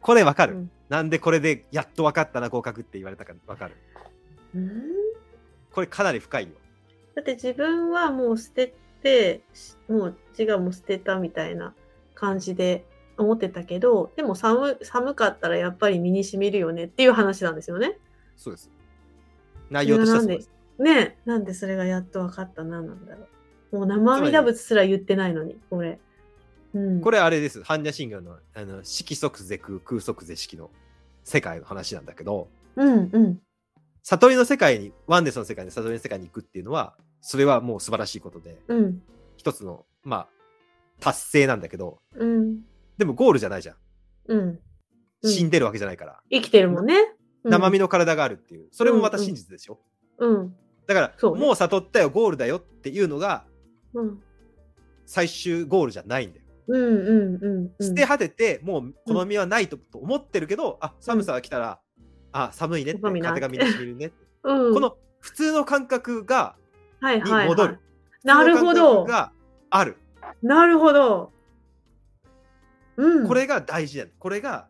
B: これわかる、
C: うん
B: なんでこれでやっとわかったな、合格って言われたからわかる。
C: うん
B: これかなり深いよ。
C: だって自分はもう捨てってしもう自我も捨てたみたいな感じで思ってたけどでも寒寒かったらやっぱり身に染みるよねっていう話なんですよね。
B: そうです。内容としてはそうです。
C: ねえなんでそれがやっと分かったななんだろう。もう生阿弥陀仏すら言ってないのにこれ。うん、
B: こ
C: れ
B: れあれです。般若心経のあの色即是空、空即是色の世界の話なんだけど、
C: うんうん
B: 悟りの世界に、ワンデスの世界に悟りの世界に行くっていうのは、それはもう素晴らしいことで、
C: うん
B: 一つの、まあ、達成なんだけど、
C: うん
B: でもゴールじゃないじゃん。
C: うんうん
B: 死んでるわけじゃないから。
C: 生きてるもんね。うん
B: 生身の体があるっていう、それもまた真実でしょ。
C: うん
B: だから、
C: そうね
B: もう悟ったよ、ゴールだよっていうのが、
C: うん
B: 最終ゴールじゃないんだよ。
C: うんうんうんうん
B: 捨て果てて、もうこの身はないと,、と思ってるけど、あ、寒さが来たら、あ、寒いねって、
C: 寒いなっ
B: 風
C: て
B: が身に染みるねって。
C: うん
B: この普通の感覚が、
C: はいはいはい
B: に戻る
C: なるほ
B: 普通の
C: ど
B: 感覚がある。
C: なるほど。うん、
B: これが大事なんだ。これが、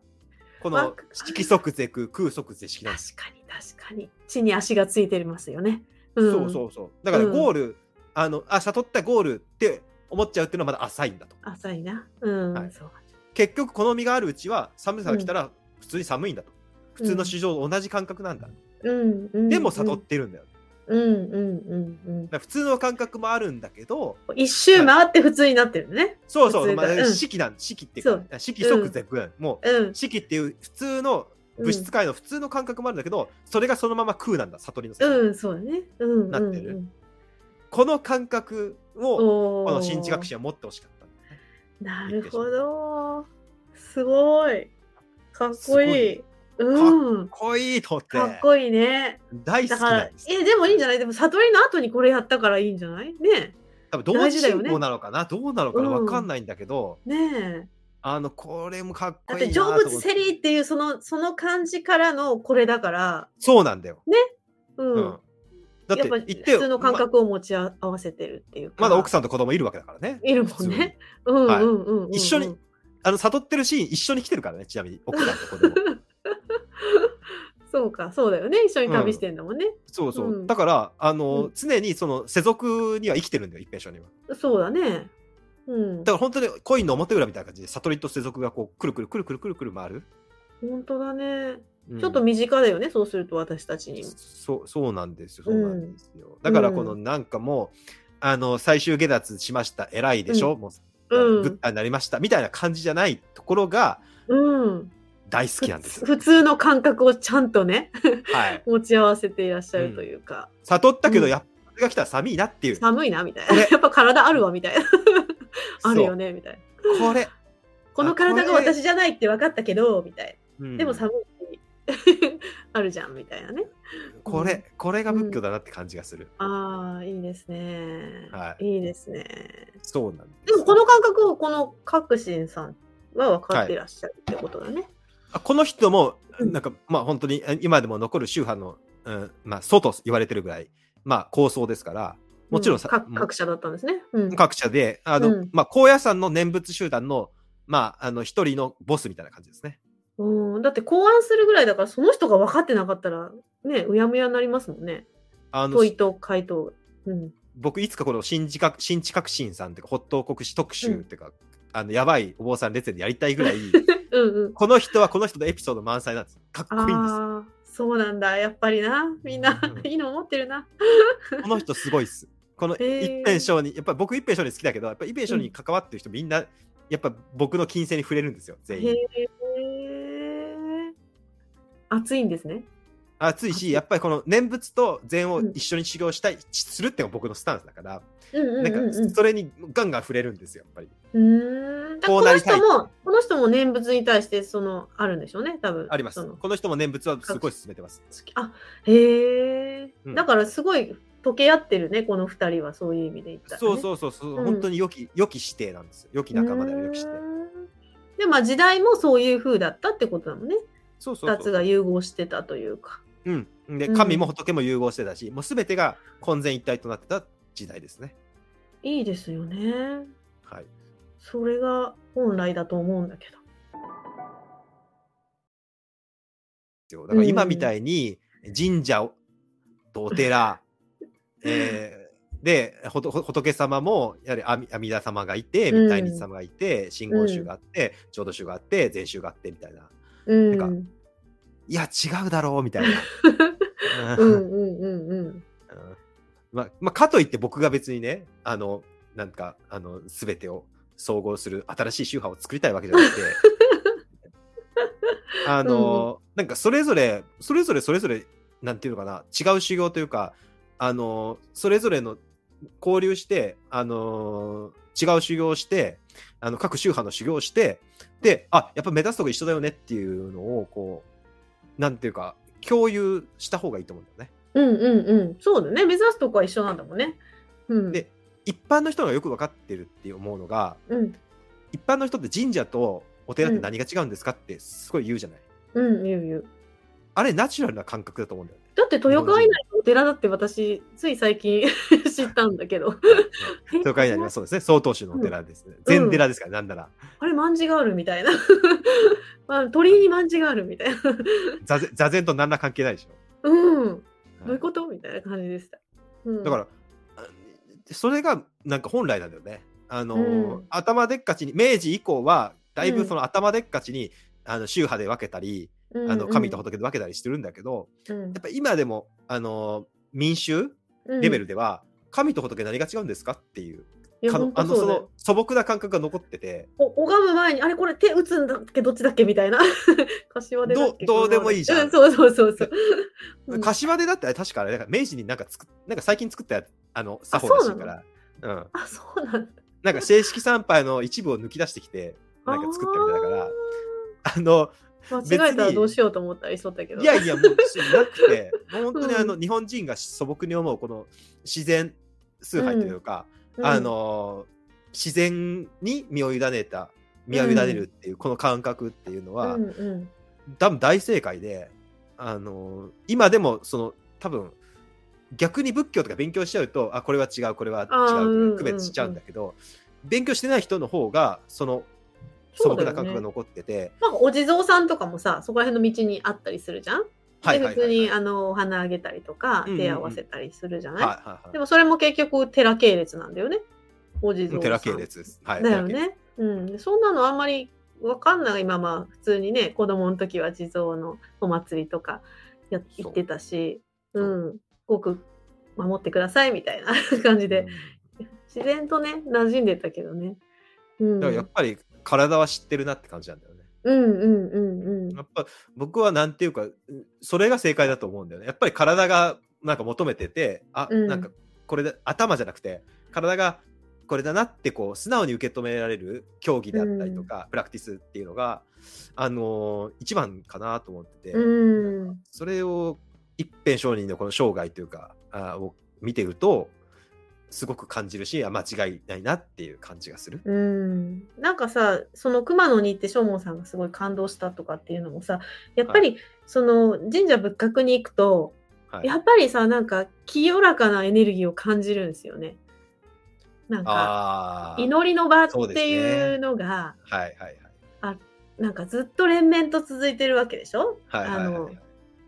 B: こ
C: わ
B: の
C: か、
B: 色即是空、空即是色なん
C: 確
B: だよ
C: かに確かに地に足がついてますよね。うん、
B: そうそうそう。だから、
C: うん
B: ゴール、あの、あ、悟ったゴールって思っちゃうっていうのはまだ浅いんだと。
C: 浅いな。うん、
B: はい
C: そう。
B: 結局この身があるうちは寒さが来たら普通に寒いんだと、普通の市場と同じ感覚なんだ、
C: うんうん、
B: でも悟ってるんだよ、だか
C: うんうんうんうん。
B: ら普通の感覚もあるんだけど
C: 一周回って普通になってるね。
B: そうそう、
C: 普通
B: まあ
C: だうん
B: 四季なん四季ってい
C: そうう
B: か四季即是空、も
C: うん
B: う。四季っていう普通の物質界の普通の感覚もあるんだけど、それがそのまま空なんだ悟りの世界、
C: うん、そうだね。うん、
B: なってる
C: うんうん、
B: この感覚を
C: おー
B: この新知学士は持ってほしかった
C: なるほど。すごい。かっ
B: す
C: こ
B: ご
C: いい。
B: い
C: う
B: かっ
C: ん。
B: こいいと思って
C: かっこいいね。
B: 大好
C: だ
B: き
C: か
B: な
C: ら
B: んです、
C: え、でもいいんじゃないでも悟りの後にこれやったからいいんじゃないね
B: 多分同
C: 大事
B: 時
C: だよ
B: 進
C: ね
B: 行なのかな、どうなのかな
C: う
B: 分
C: ん
B: かんないんだけど、
C: え。ねえ。
B: あのこれもかっ
C: だ
B: こ
C: っ
B: いい
C: て
B: なと思
C: 成
B: って
C: 仏セリーっていうそのその感じからのこれだから、
B: そうなんだよ。
C: うん
B: うん。だって
C: やっぱ
B: 言ってよ
C: 普通の感覚を持ちあ合わせてるっていうか
B: ままだ奥さんと子供いるわけだからね。
C: いるもんね。うんうんうんうん、
B: 一緒に。あの悟ってるシーン一緒に来てるからね、ちなみに奥さんと子供。
C: そうかそうだよね一緒に旅してんだもんね。
B: そうそう。
C: うん
B: だから、あの、
C: うん
B: 常にその世俗には生きてるんだよ、一平少年は。
C: そうだね。うん
B: だ。から本当にコインの表裏みたいな感じで、悟りと世俗がこう、くるくるくるくるくるくる回る。
C: 本当だね。
B: うん
C: ちょっと身近だよね、そうすると私たちにも。
B: そうそうなんですよ、そうなんですよ。だから、このなんかもう、あの、最終下脱しました、偉いでしょ、もう、
C: うん
B: ブッダになりました、みたいな感じじゃないところが
C: うん。
B: 大好きなん ですよ。
C: 普通の感覚をちゃんとね
B: はい。
C: 持ち合わせていらっしゃるというか、
B: 悟ったけど、
C: うん
B: やっぱこれが来たら寒いなっていう。
C: 寒いなみたい
B: こ
C: な
B: れ
C: やっぱ体あるわみたいな あるよねみたいな。
B: そうこれ。
C: この体が
B: これ
C: 私じゃないって分かったけどみたい
B: うん
C: なでも寒い しあるじゃんみたいなね
B: これ、これが仏教だなって感じがする。
C: ああいいですね、
B: はい
C: い、いですね
B: そうなんです。
C: でもこの感覚をこの各心さんは分かってらっしゃるってことだね、
B: あこの人も、
C: うん
B: なんか、まあ本当にあ今でも残る宗派の、うん、まあ、祖と言われてるぐらい、まあ構想ですから、もちろん
C: さ
B: さ、
C: 各
B: もう
C: 各社だったんですね、うん、
B: 各社で、あの、
C: うん
B: まあ高野山の念仏集団の、まあ、あの、一人のボスみたいな感じですね。
C: うんだって考案するぐらいだからその人が分かってなかったらねうやむやになりますもんね
B: あの
C: 問、いと回答うん
B: 僕いつかこの新知覚新知覚新さんっていうか、北東国史特集っていうか、あの、やばいお坊さん列でやりたいぐ らい、
C: うんうん
B: この人はこの人のエピソード満載なんです。かっこいいんですよ。
C: ああそうなんだやっぱりなみんな
B: うん
C: いいの持ってるな
B: この人すごいっす。この
C: へー
B: 一辺章に、やっぱり僕一辺章に好きだけど、やっぱ一辺章に関わってる人みんな、やっぱ僕の金星に触れるんですよ、全員。
C: へえ。暑いんですね。
B: 熱いし、やっぱりこの念仏と禅を
C: うん
B: 一緒に修行したい、するっていうのが僕のスタンスだから、
C: うんうん
B: なんかそれにガンガン触れるんですよ、やっぱり。
C: うん。
B: こ
C: だからこ
B: うな
C: の
B: りた
C: 人
B: い
C: もこの人も念仏に対してそのあるんでしょうね。多分
B: あります。
C: その
B: この人も念仏はすごい進めてます。
C: あへえ、
B: うん
C: だからすごい溶け合ってるねこの二人はそういう意味で言ったら、ね。
B: そう
C: う。
B: そうそうそう、
C: うん
B: 本当に良き、良き指定なんですよ。良き仲間である良き指定。。
C: でまあ時代もそういう風だったってことだもんね。
B: そうそう
C: 二
B: そ
C: つ
B: う。
C: が融合してたというか。
B: うん。で、
C: うん
B: 神も仏も融合してたし、もう全てが混然一体となってた時代ですね。
C: いいですよね。
B: はい。
C: それが本来だと思うんだけど。
B: ですよ。だから今
C: うん
B: みたいに神社とお寺、えでほとほ仏様もやはり阿弥阿弥陀様がいて大日様がいて真言宗があって浄土宗があって禅宗があってみたいな
C: うん
B: ないや違うだろうみたいな。
C: う
B: うん
C: うんんうんうん
B: まあまあ、かといって僕が別にねあのなんかあの全てを総合する新しい宗派を作りたいわけじゃなくてあの、なんかそれぞれそれぞれそれぞれなんていうのかな違う修行というかあのそれぞれの交流してあの違う修行をしてあの各宗派の修行をしてであやっぱ目指すとこ一緒だよねっていうのをこうなんていうか共有した方がいいと思うんだよね。
C: うんうんうんそうだね目指すとこは一緒なんだもんね。うん、
B: で一般の人がよく分かってるって思うのが
C: うん
B: 一般の人って神社とお寺って何が違うんですかってすごい言うじゃない、
C: うん言う言う
B: あれナチュラルな感覚だと思うんだよね
C: だって豊川稲荷のお寺だって私つい最近 知ったんだけど
B: 教会になりますそうですね曹洞宗のお寺ですね全寺ですからなんなら
C: あれ卍があるみたいな あ鳥居に卍があるみたいな
B: 座禅座禅と何ら関係ないでしょ、
C: うんどういう
B: はい
C: ことみたいな感じでした。うん、
B: だからあそれがなんか本来なんだよねあのー、
C: うん
B: 頭でっかちに明治以降はだいぶそうの頭でっかちに、あの宗派で分けたり
C: うんうん、
B: あの神と仏で分けたりしてるんだけど、
C: うん
B: やっぱ今でもあのー民衆レベルでは、神と仏何が違うんですかっていう
C: いや
B: かの
C: 本当
B: あの
C: そ
B: そう
C: だよ
B: の素朴な感覚が残ってて
C: お拝む前にあれこれ手打つんだっけどっちだっけみたいな 柏でだっけ
B: どうど
C: この
B: うでもいいじゃん
C: うそうそうそ うそう、うん
B: 柏でだってあれ確かあれなんか明治になんか作っなんか最近作ったやつあの作法らしいからうん、
C: あそうなんだ
B: なんか正式参拝の一部を抜き出してきてなんか作ったみたいだからあの
C: あー間違えたらどうしようと思ったりしとったけど
B: いやいやもうそうなくて本当にあの、
C: う
B: 日本人が素朴に思うこの自然崇拝というか、
C: うん
B: あの自然に身を委ねた身を委ねるっていう、この感覚っていうの
C: う
B: は、
C: んうん
B: 多分大正解で、あの今でもその多分逆に仏教とか勉強しちゃうとあこれは違うこれは違う
C: あーう
B: と
C: ん
B: か区別しちゃうんだけど、勉強してない人の方がその素
C: そう
B: 朴
C: だよね
B: な感覚が残ってて、
C: なんかお地蔵さんとかもさそこら辺の道にあったりするじゃん、
B: はい
C: で
B: はい
C: 普
B: は
C: 通
B: いはい
C: にあのお花あげたりとか
B: うんうんうん
C: 手合わせたりするじゃない、
B: はいはいはい
C: でもそれも結局寺系列なんだよねお地蔵さん
B: 寺系列です。はい、
C: だ
B: 寺
C: よ
B: 系列
C: ね。うん、そんなのあんまりわかんない今まあ普通にね子供の時は地蔵のお祭りとかやっ
B: そう
C: 行ってたしう
B: そうん
C: ごく守ってくださいみたいな感じ
B: うん
C: で自然とね馴染んでたけどね。うん、
B: だからやっぱり体は知ってるなって感じなんだよね。
C: うんうんうんうん
B: やっぱ僕はなんていうかうそれが正解だと思うんだよねやっぱり体がなんか求めててあ、
C: うん
B: なんかこれで頭じゃなくて体がこれだなってこう素直に受け止められる競技であったりとか、プラクティスっていうのが、あのー一番かなと思ってて、
C: うん
B: それを一辺商人のこの生涯というかあを見てるとすごく感じるしあ間違いないなっていう感じがする。
C: うん、なんかさその熊野に行って正門さんがすごい感動したとかっていうのもさやっぱり、その神社仏閣に行くと
B: はい、
C: やっぱりさなんか清らかなエネルギーを感じるんですよね。なんか
B: あー
C: 祈りの場っ
B: そうです
C: て
B: ね
C: いうのが
B: はいはいはい
C: なんかずっと連綿と続いてるわけでしょ
B: はいはいはいはい
C: あ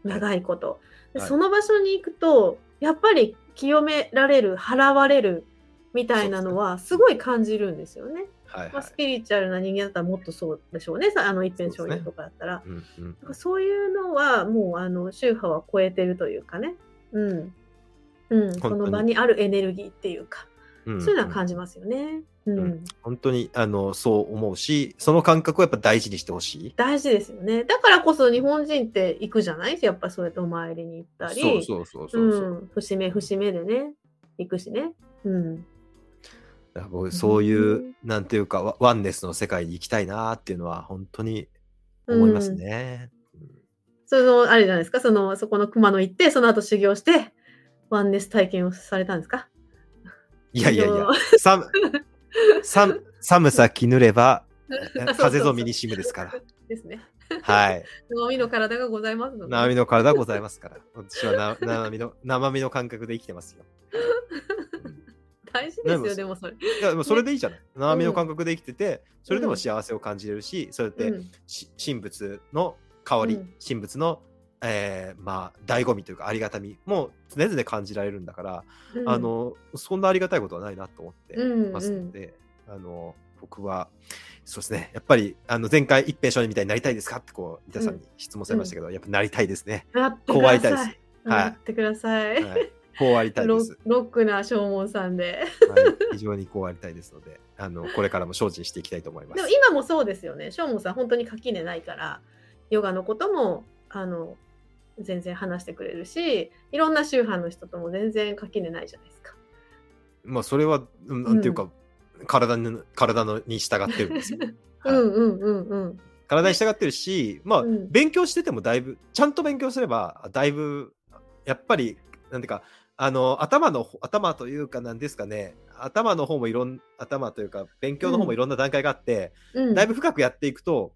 C: 長いこと。で
B: はい
C: その場所に行くとやっぱり清められる払われるみたいなのはすごい感じるんですよね。
B: はいは
C: まあ、
B: い
C: スピリチュアルな人間だったらもっとそうでしょうねさあの一辺
B: そ
C: 醤
B: うですね
C: 油とかだったら。
B: うんうん
C: なんかそういうのはもうあの宗派は超えてるというかね、うんうん、
B: 本当
C: こ
B: に
C: の場にあるエネルギーっていうか、
B: うん
C: そういうのは感じますよね。うん
B: ん本当にあのそう思うしその感覚をやっぱ大事にしてほしい。
C: 大事ですよね。だからこそ日本人って行くじゃないやっぱそうやってお参りに行ったり、
B: そうそうそうそうそう、
C: うん、節目節目でね、行くしね。うん、
B: だから僕そういう、
C: うん
B: なんていうかワワンネスの世界に行きたいなっていうのは本当に思います
C: うん。
B: ね。
C: そのあれじゃないですか、そのそこの熊野行って、その後修行して、ワンネス体験をされたんですか
B: いやいやい
C: あ
B: や
C: の
B: 寒寒寒さ着ぬれば
C: うそう
B: 風ぞ身にしむですから。
C: ですね。
B: はい。
C: 生身の体がございますので。
B: 生身の体ございますから。私はな 生身の生身の感覚で生きてますよ。うん
C: 大事です
B: でも
C: よ、でもそれ。
B: いやでもそれでいいじゃない。生身の感覚で生きてて、それでも幸せを感じれるし、そうやって
C: うん
B: し神仏の香り、
C: うん
B: 神仏のえーまあ、醍醐味というかありがたみも常々感じられるんだから、
C: うん
B: あ、のそんなありがたいことはないなと思って
C: うん
B: ますので、あの僕はそうですねやっぱりあの前回一平少年みたいになりたいですかってこう三田さんに質問されましたけど、やっぱなりたいですね、
C: なって
B: こ
C: く
B: うありた
C: だ
B: いで
C: さ
B: す
C: い。、
B: はい
C: なってください。
B: はい、こうありたいで
C: ロ
B: す、
C: ロックな正門さんで。
B: はい、非常にこうありたいですのであのこれからも精進していきたいと思います
C: でも今もそうですよね。正門さん、本当に垣根ないから、ヨガのことも、あの、全然話してくれるし、いろんな宗派の人とも全然垣根ないじゃないですか。
B: まあそれはうんなんていうか、体の体のに従ってるんですよ、はい
C: うんうんうんうん。
B: 体に従ってるし、まあ、
C: うん
B: 勉強しててもだいぶ、ちゃんと勉強すれば、だいぶ、やっぱり、なんていうか、あの、頭の、頭というか、なんですかね、頭の方もいろん、頭というか、勉強の方もいろんな段階があって、
C: うん、
B: だいぶ深くやっていくと、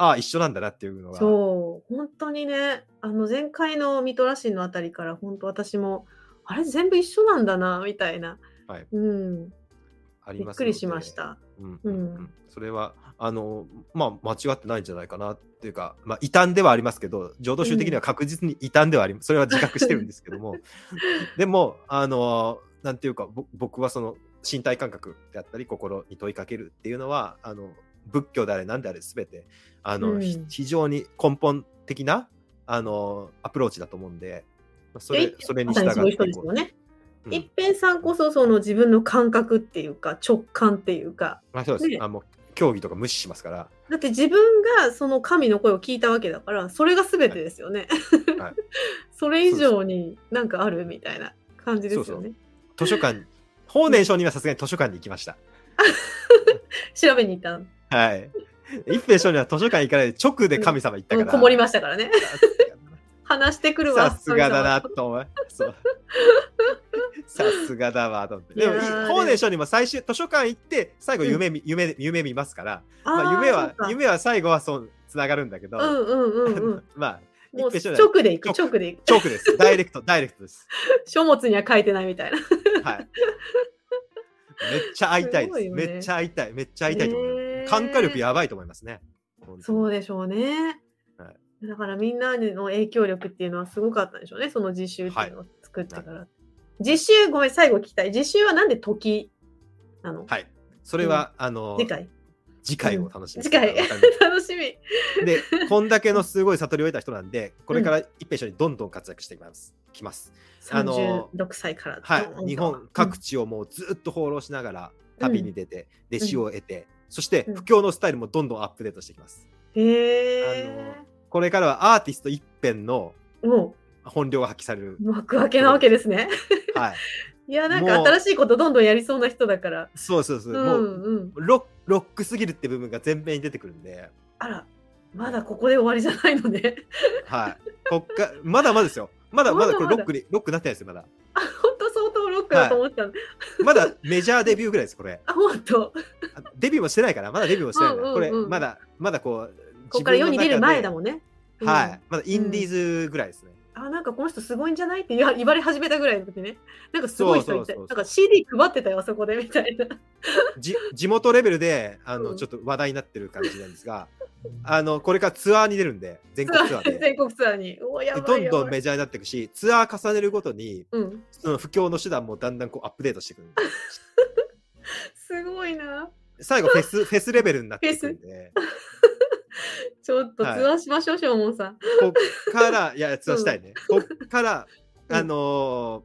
B: ああ、一緒なんだなっていうのが、
C: そう本当にねあの前回のミトラシンのあたりから本当私もあれ全部一緒なんだなみたいな、
B: はい
C: うん、
B: あり
C: びっ
B: ます
C: くりしまし。た。
B: うん
C: う
B: うんんうん、それは、あの、まあ、間違ってないんじゃないかなっていうか、まあ、異端ではありますけど、浄土宗的には確実に異端ではあり、それは自覚してるんですけども、 でも、あの、なんていうか、ぼ僕はその身体感覚であったり、心に問いかけるっていうのは、あの、仏教であれ、何であれ、すべて、あの、
C: うん
B: ひ非常に根本的な、あの、アプローチだと思うんで、まあそ
C: い
B: れ
C: や、
B: それに
C: ま
B: 従
C: さにそうい
B: っ
C: う人
B: てい
C: です
B: こ
C: よ
B: う。
C: ね。
B: うん
C: 一平さんこそその自分の感覚っていうか直感っていうか
B: まあ、そうです。
C: ね
B: あもう、競技とか無視しますから、
C: だって自分がその神の声を聞いたわけだからそれが全てですよね。
B: はい
C: それ以上になんかあるみたいな感じですよね。
B: 図書館、法然上人はさすがに図書館に行きました。
C: 調べに行った
B: はい。一平少年は図書館行かないで直で神様行ったか
C: の
B: ら。
C: こもりましたからね。 話してくるわ。
B: さすがだなと思いそうさすがだわと思って。でも
C: いやー、
B: 法然上人も最終図書館行って、最後夢見、夢、夢見ますから、
C: あー
B: まあ、夢
C: そ
B: は
C: う、か
B: 夢は最後はそう、つながるんだけど、
C: うんうん うんうん。
B: まあ、
C: もう
B: 一緒だ
C: 直で行く、
B: 直
C: 直で行く。
B: 直です。ダイレクト、ダイレクトです。
C: 書物には書いてないみたいな。
B: はい。めっちゃ会いたいです
C: すごいよね
B: めっちゃ会いたい。めっちゃ会いたいと思います。
C: ねえ
B: 感化力やばいと思いますね。本当に
C: そうでしょうね。
B: は
C: だからみんなの影響力っていうのはすごかったんでしょうね。その自習っていうのを作ってから。実習、ごめん、最後聞きたい。自習はなんで時なの、
B: はい。それは、あの
C: 次回。
B: 次回を楽しみに
C: 次回
B: わかりまし
C: 楽しみ。
B: た で、こんだけのすごい悟りを得た人なんで、これから一平一緒にどんどん活躍していきます。きます。あの
C: 36歳から。
B: はい。日本各地をもうずっと放浪しながら旅に出て、弟子を得て、そして
C: うん
B: 布教のスタイルもどんどんアップデートしていきます。
C: うん。へえ。
B: これからはアーティスト一辺の
C: も
B: 本領が発揮され る。
C: う幕開けなわけですね。
B: はい。
C: いや、なんか
B: もう
C: 新しいことどんどんやりそうな人だから。
B: そうそうそうう。も
C: ん
B: う
C: うん。
B: ロロックすぎるって部分が前面に出てくるんで、
C: あら、まだここで終わりじゃないのね。
B: はい。こっかまだまだですよ。まだまだこれ
C: まだまだ
B: ロックに、ロックになってないですよ、まだ。
C: あ、本当相当ロックだと思ってたの。
B: まだメジャーデビューぐらいです、これ。
C: あ、本当。
B: あデビューもしてないから、まだデビューもしてないから、
C: うんうんうん
B: これ、まだ、まだこう、
C: ここから世に出る前だ
B: ん、
C: もんね。
B: はい。まだインディーズぐらいですね。
C: うん。あ、なんかこの人すごいんじゃないって言わ言われ始めたぐらいの時ね。なんかすごい人い
B: そ
C: て、
B: うそうそうそう
C: なんか CD 配ってたよ、あそこでみたいな。
B: じ地元レベルで、あの、
C: うん
B: ちょっと話題になってる感じなんですが、あの、これからツアーに出るんで、全国ツアー で。
C: 全国ツアーに。おーやばい
B: どん
C: やばい
B: どんメジャーになっていくし、ツアー重ねるごとに、
C: うん。
B: その布教の手段もだんだんこうアップデートしていくるんで。
C: すごいな。
B: 最後フェス、フェスレベルになっていくんで、
C: ちょっとツアーしましょう、しょうもんさん。
B: こっ から、いや、ツアーしたいね。こっから、
C: うん
B: あのー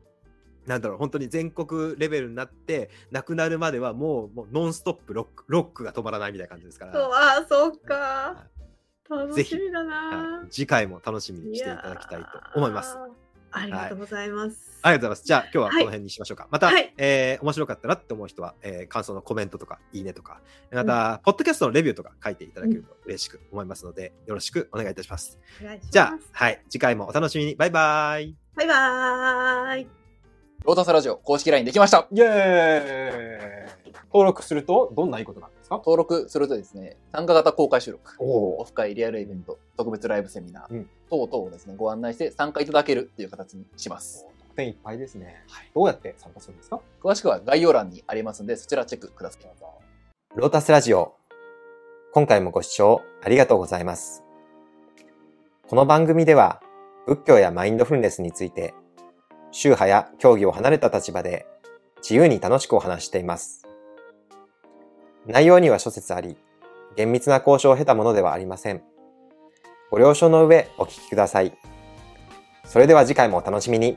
B: なんだろう、本当に全国レベルになって、なくなるまではもう、もうノンストップロック、ロックが止まらないみたいな感じですか
C: そう
B: ら、
C: あー、そうか。楽しみだ
B: は
C: な。
B: い次回も楽しみにしていただきたいと思います
C: や。ー。ありがとうございます。
B: ありがとうございます。じゃあ今日はこ
C: は
B: の
C: い
B: 辺にしましょうか。また、
C: はい
B: えー面白かったなって思う人は、えー感想のコメントとか、いいねとか、また、ポッドキャストのレビューとか書いていただけると嬉しく思いますので、よろしくお願いいたします。
C: お願いします
B: じゃあ、はい、次回もお楽しみに。バイバイ。
C: バイバーイ。
D: ロータスラジオ公式 LINE できました
A: イエーイ登録するとどんないいことなんですか
D: 登録するとですね、参加型公開収録、
A: お
D: オフ会リアルイベント、特別ライブセミナ
A: う
D: ー
A: ん
D: 等々をですね、ご案内して参加いただけるっていう形にします。
A: 得点いっぱいですね、どうやって参加するんですか
D: 詳しくは概要欄にありますんで、そちらチェックください。
A: ロータスラジオ。今回もご視聴ありがとうございます。この番組では
B: 仏教やマインドフルネスについて、宗派や教義を離れた立場で自由に楽しくお話ししています。内容には諸説あり、厳密な交渉を経たものではありません。ご了承の上お聞きください。それでは次回もお楽しみに。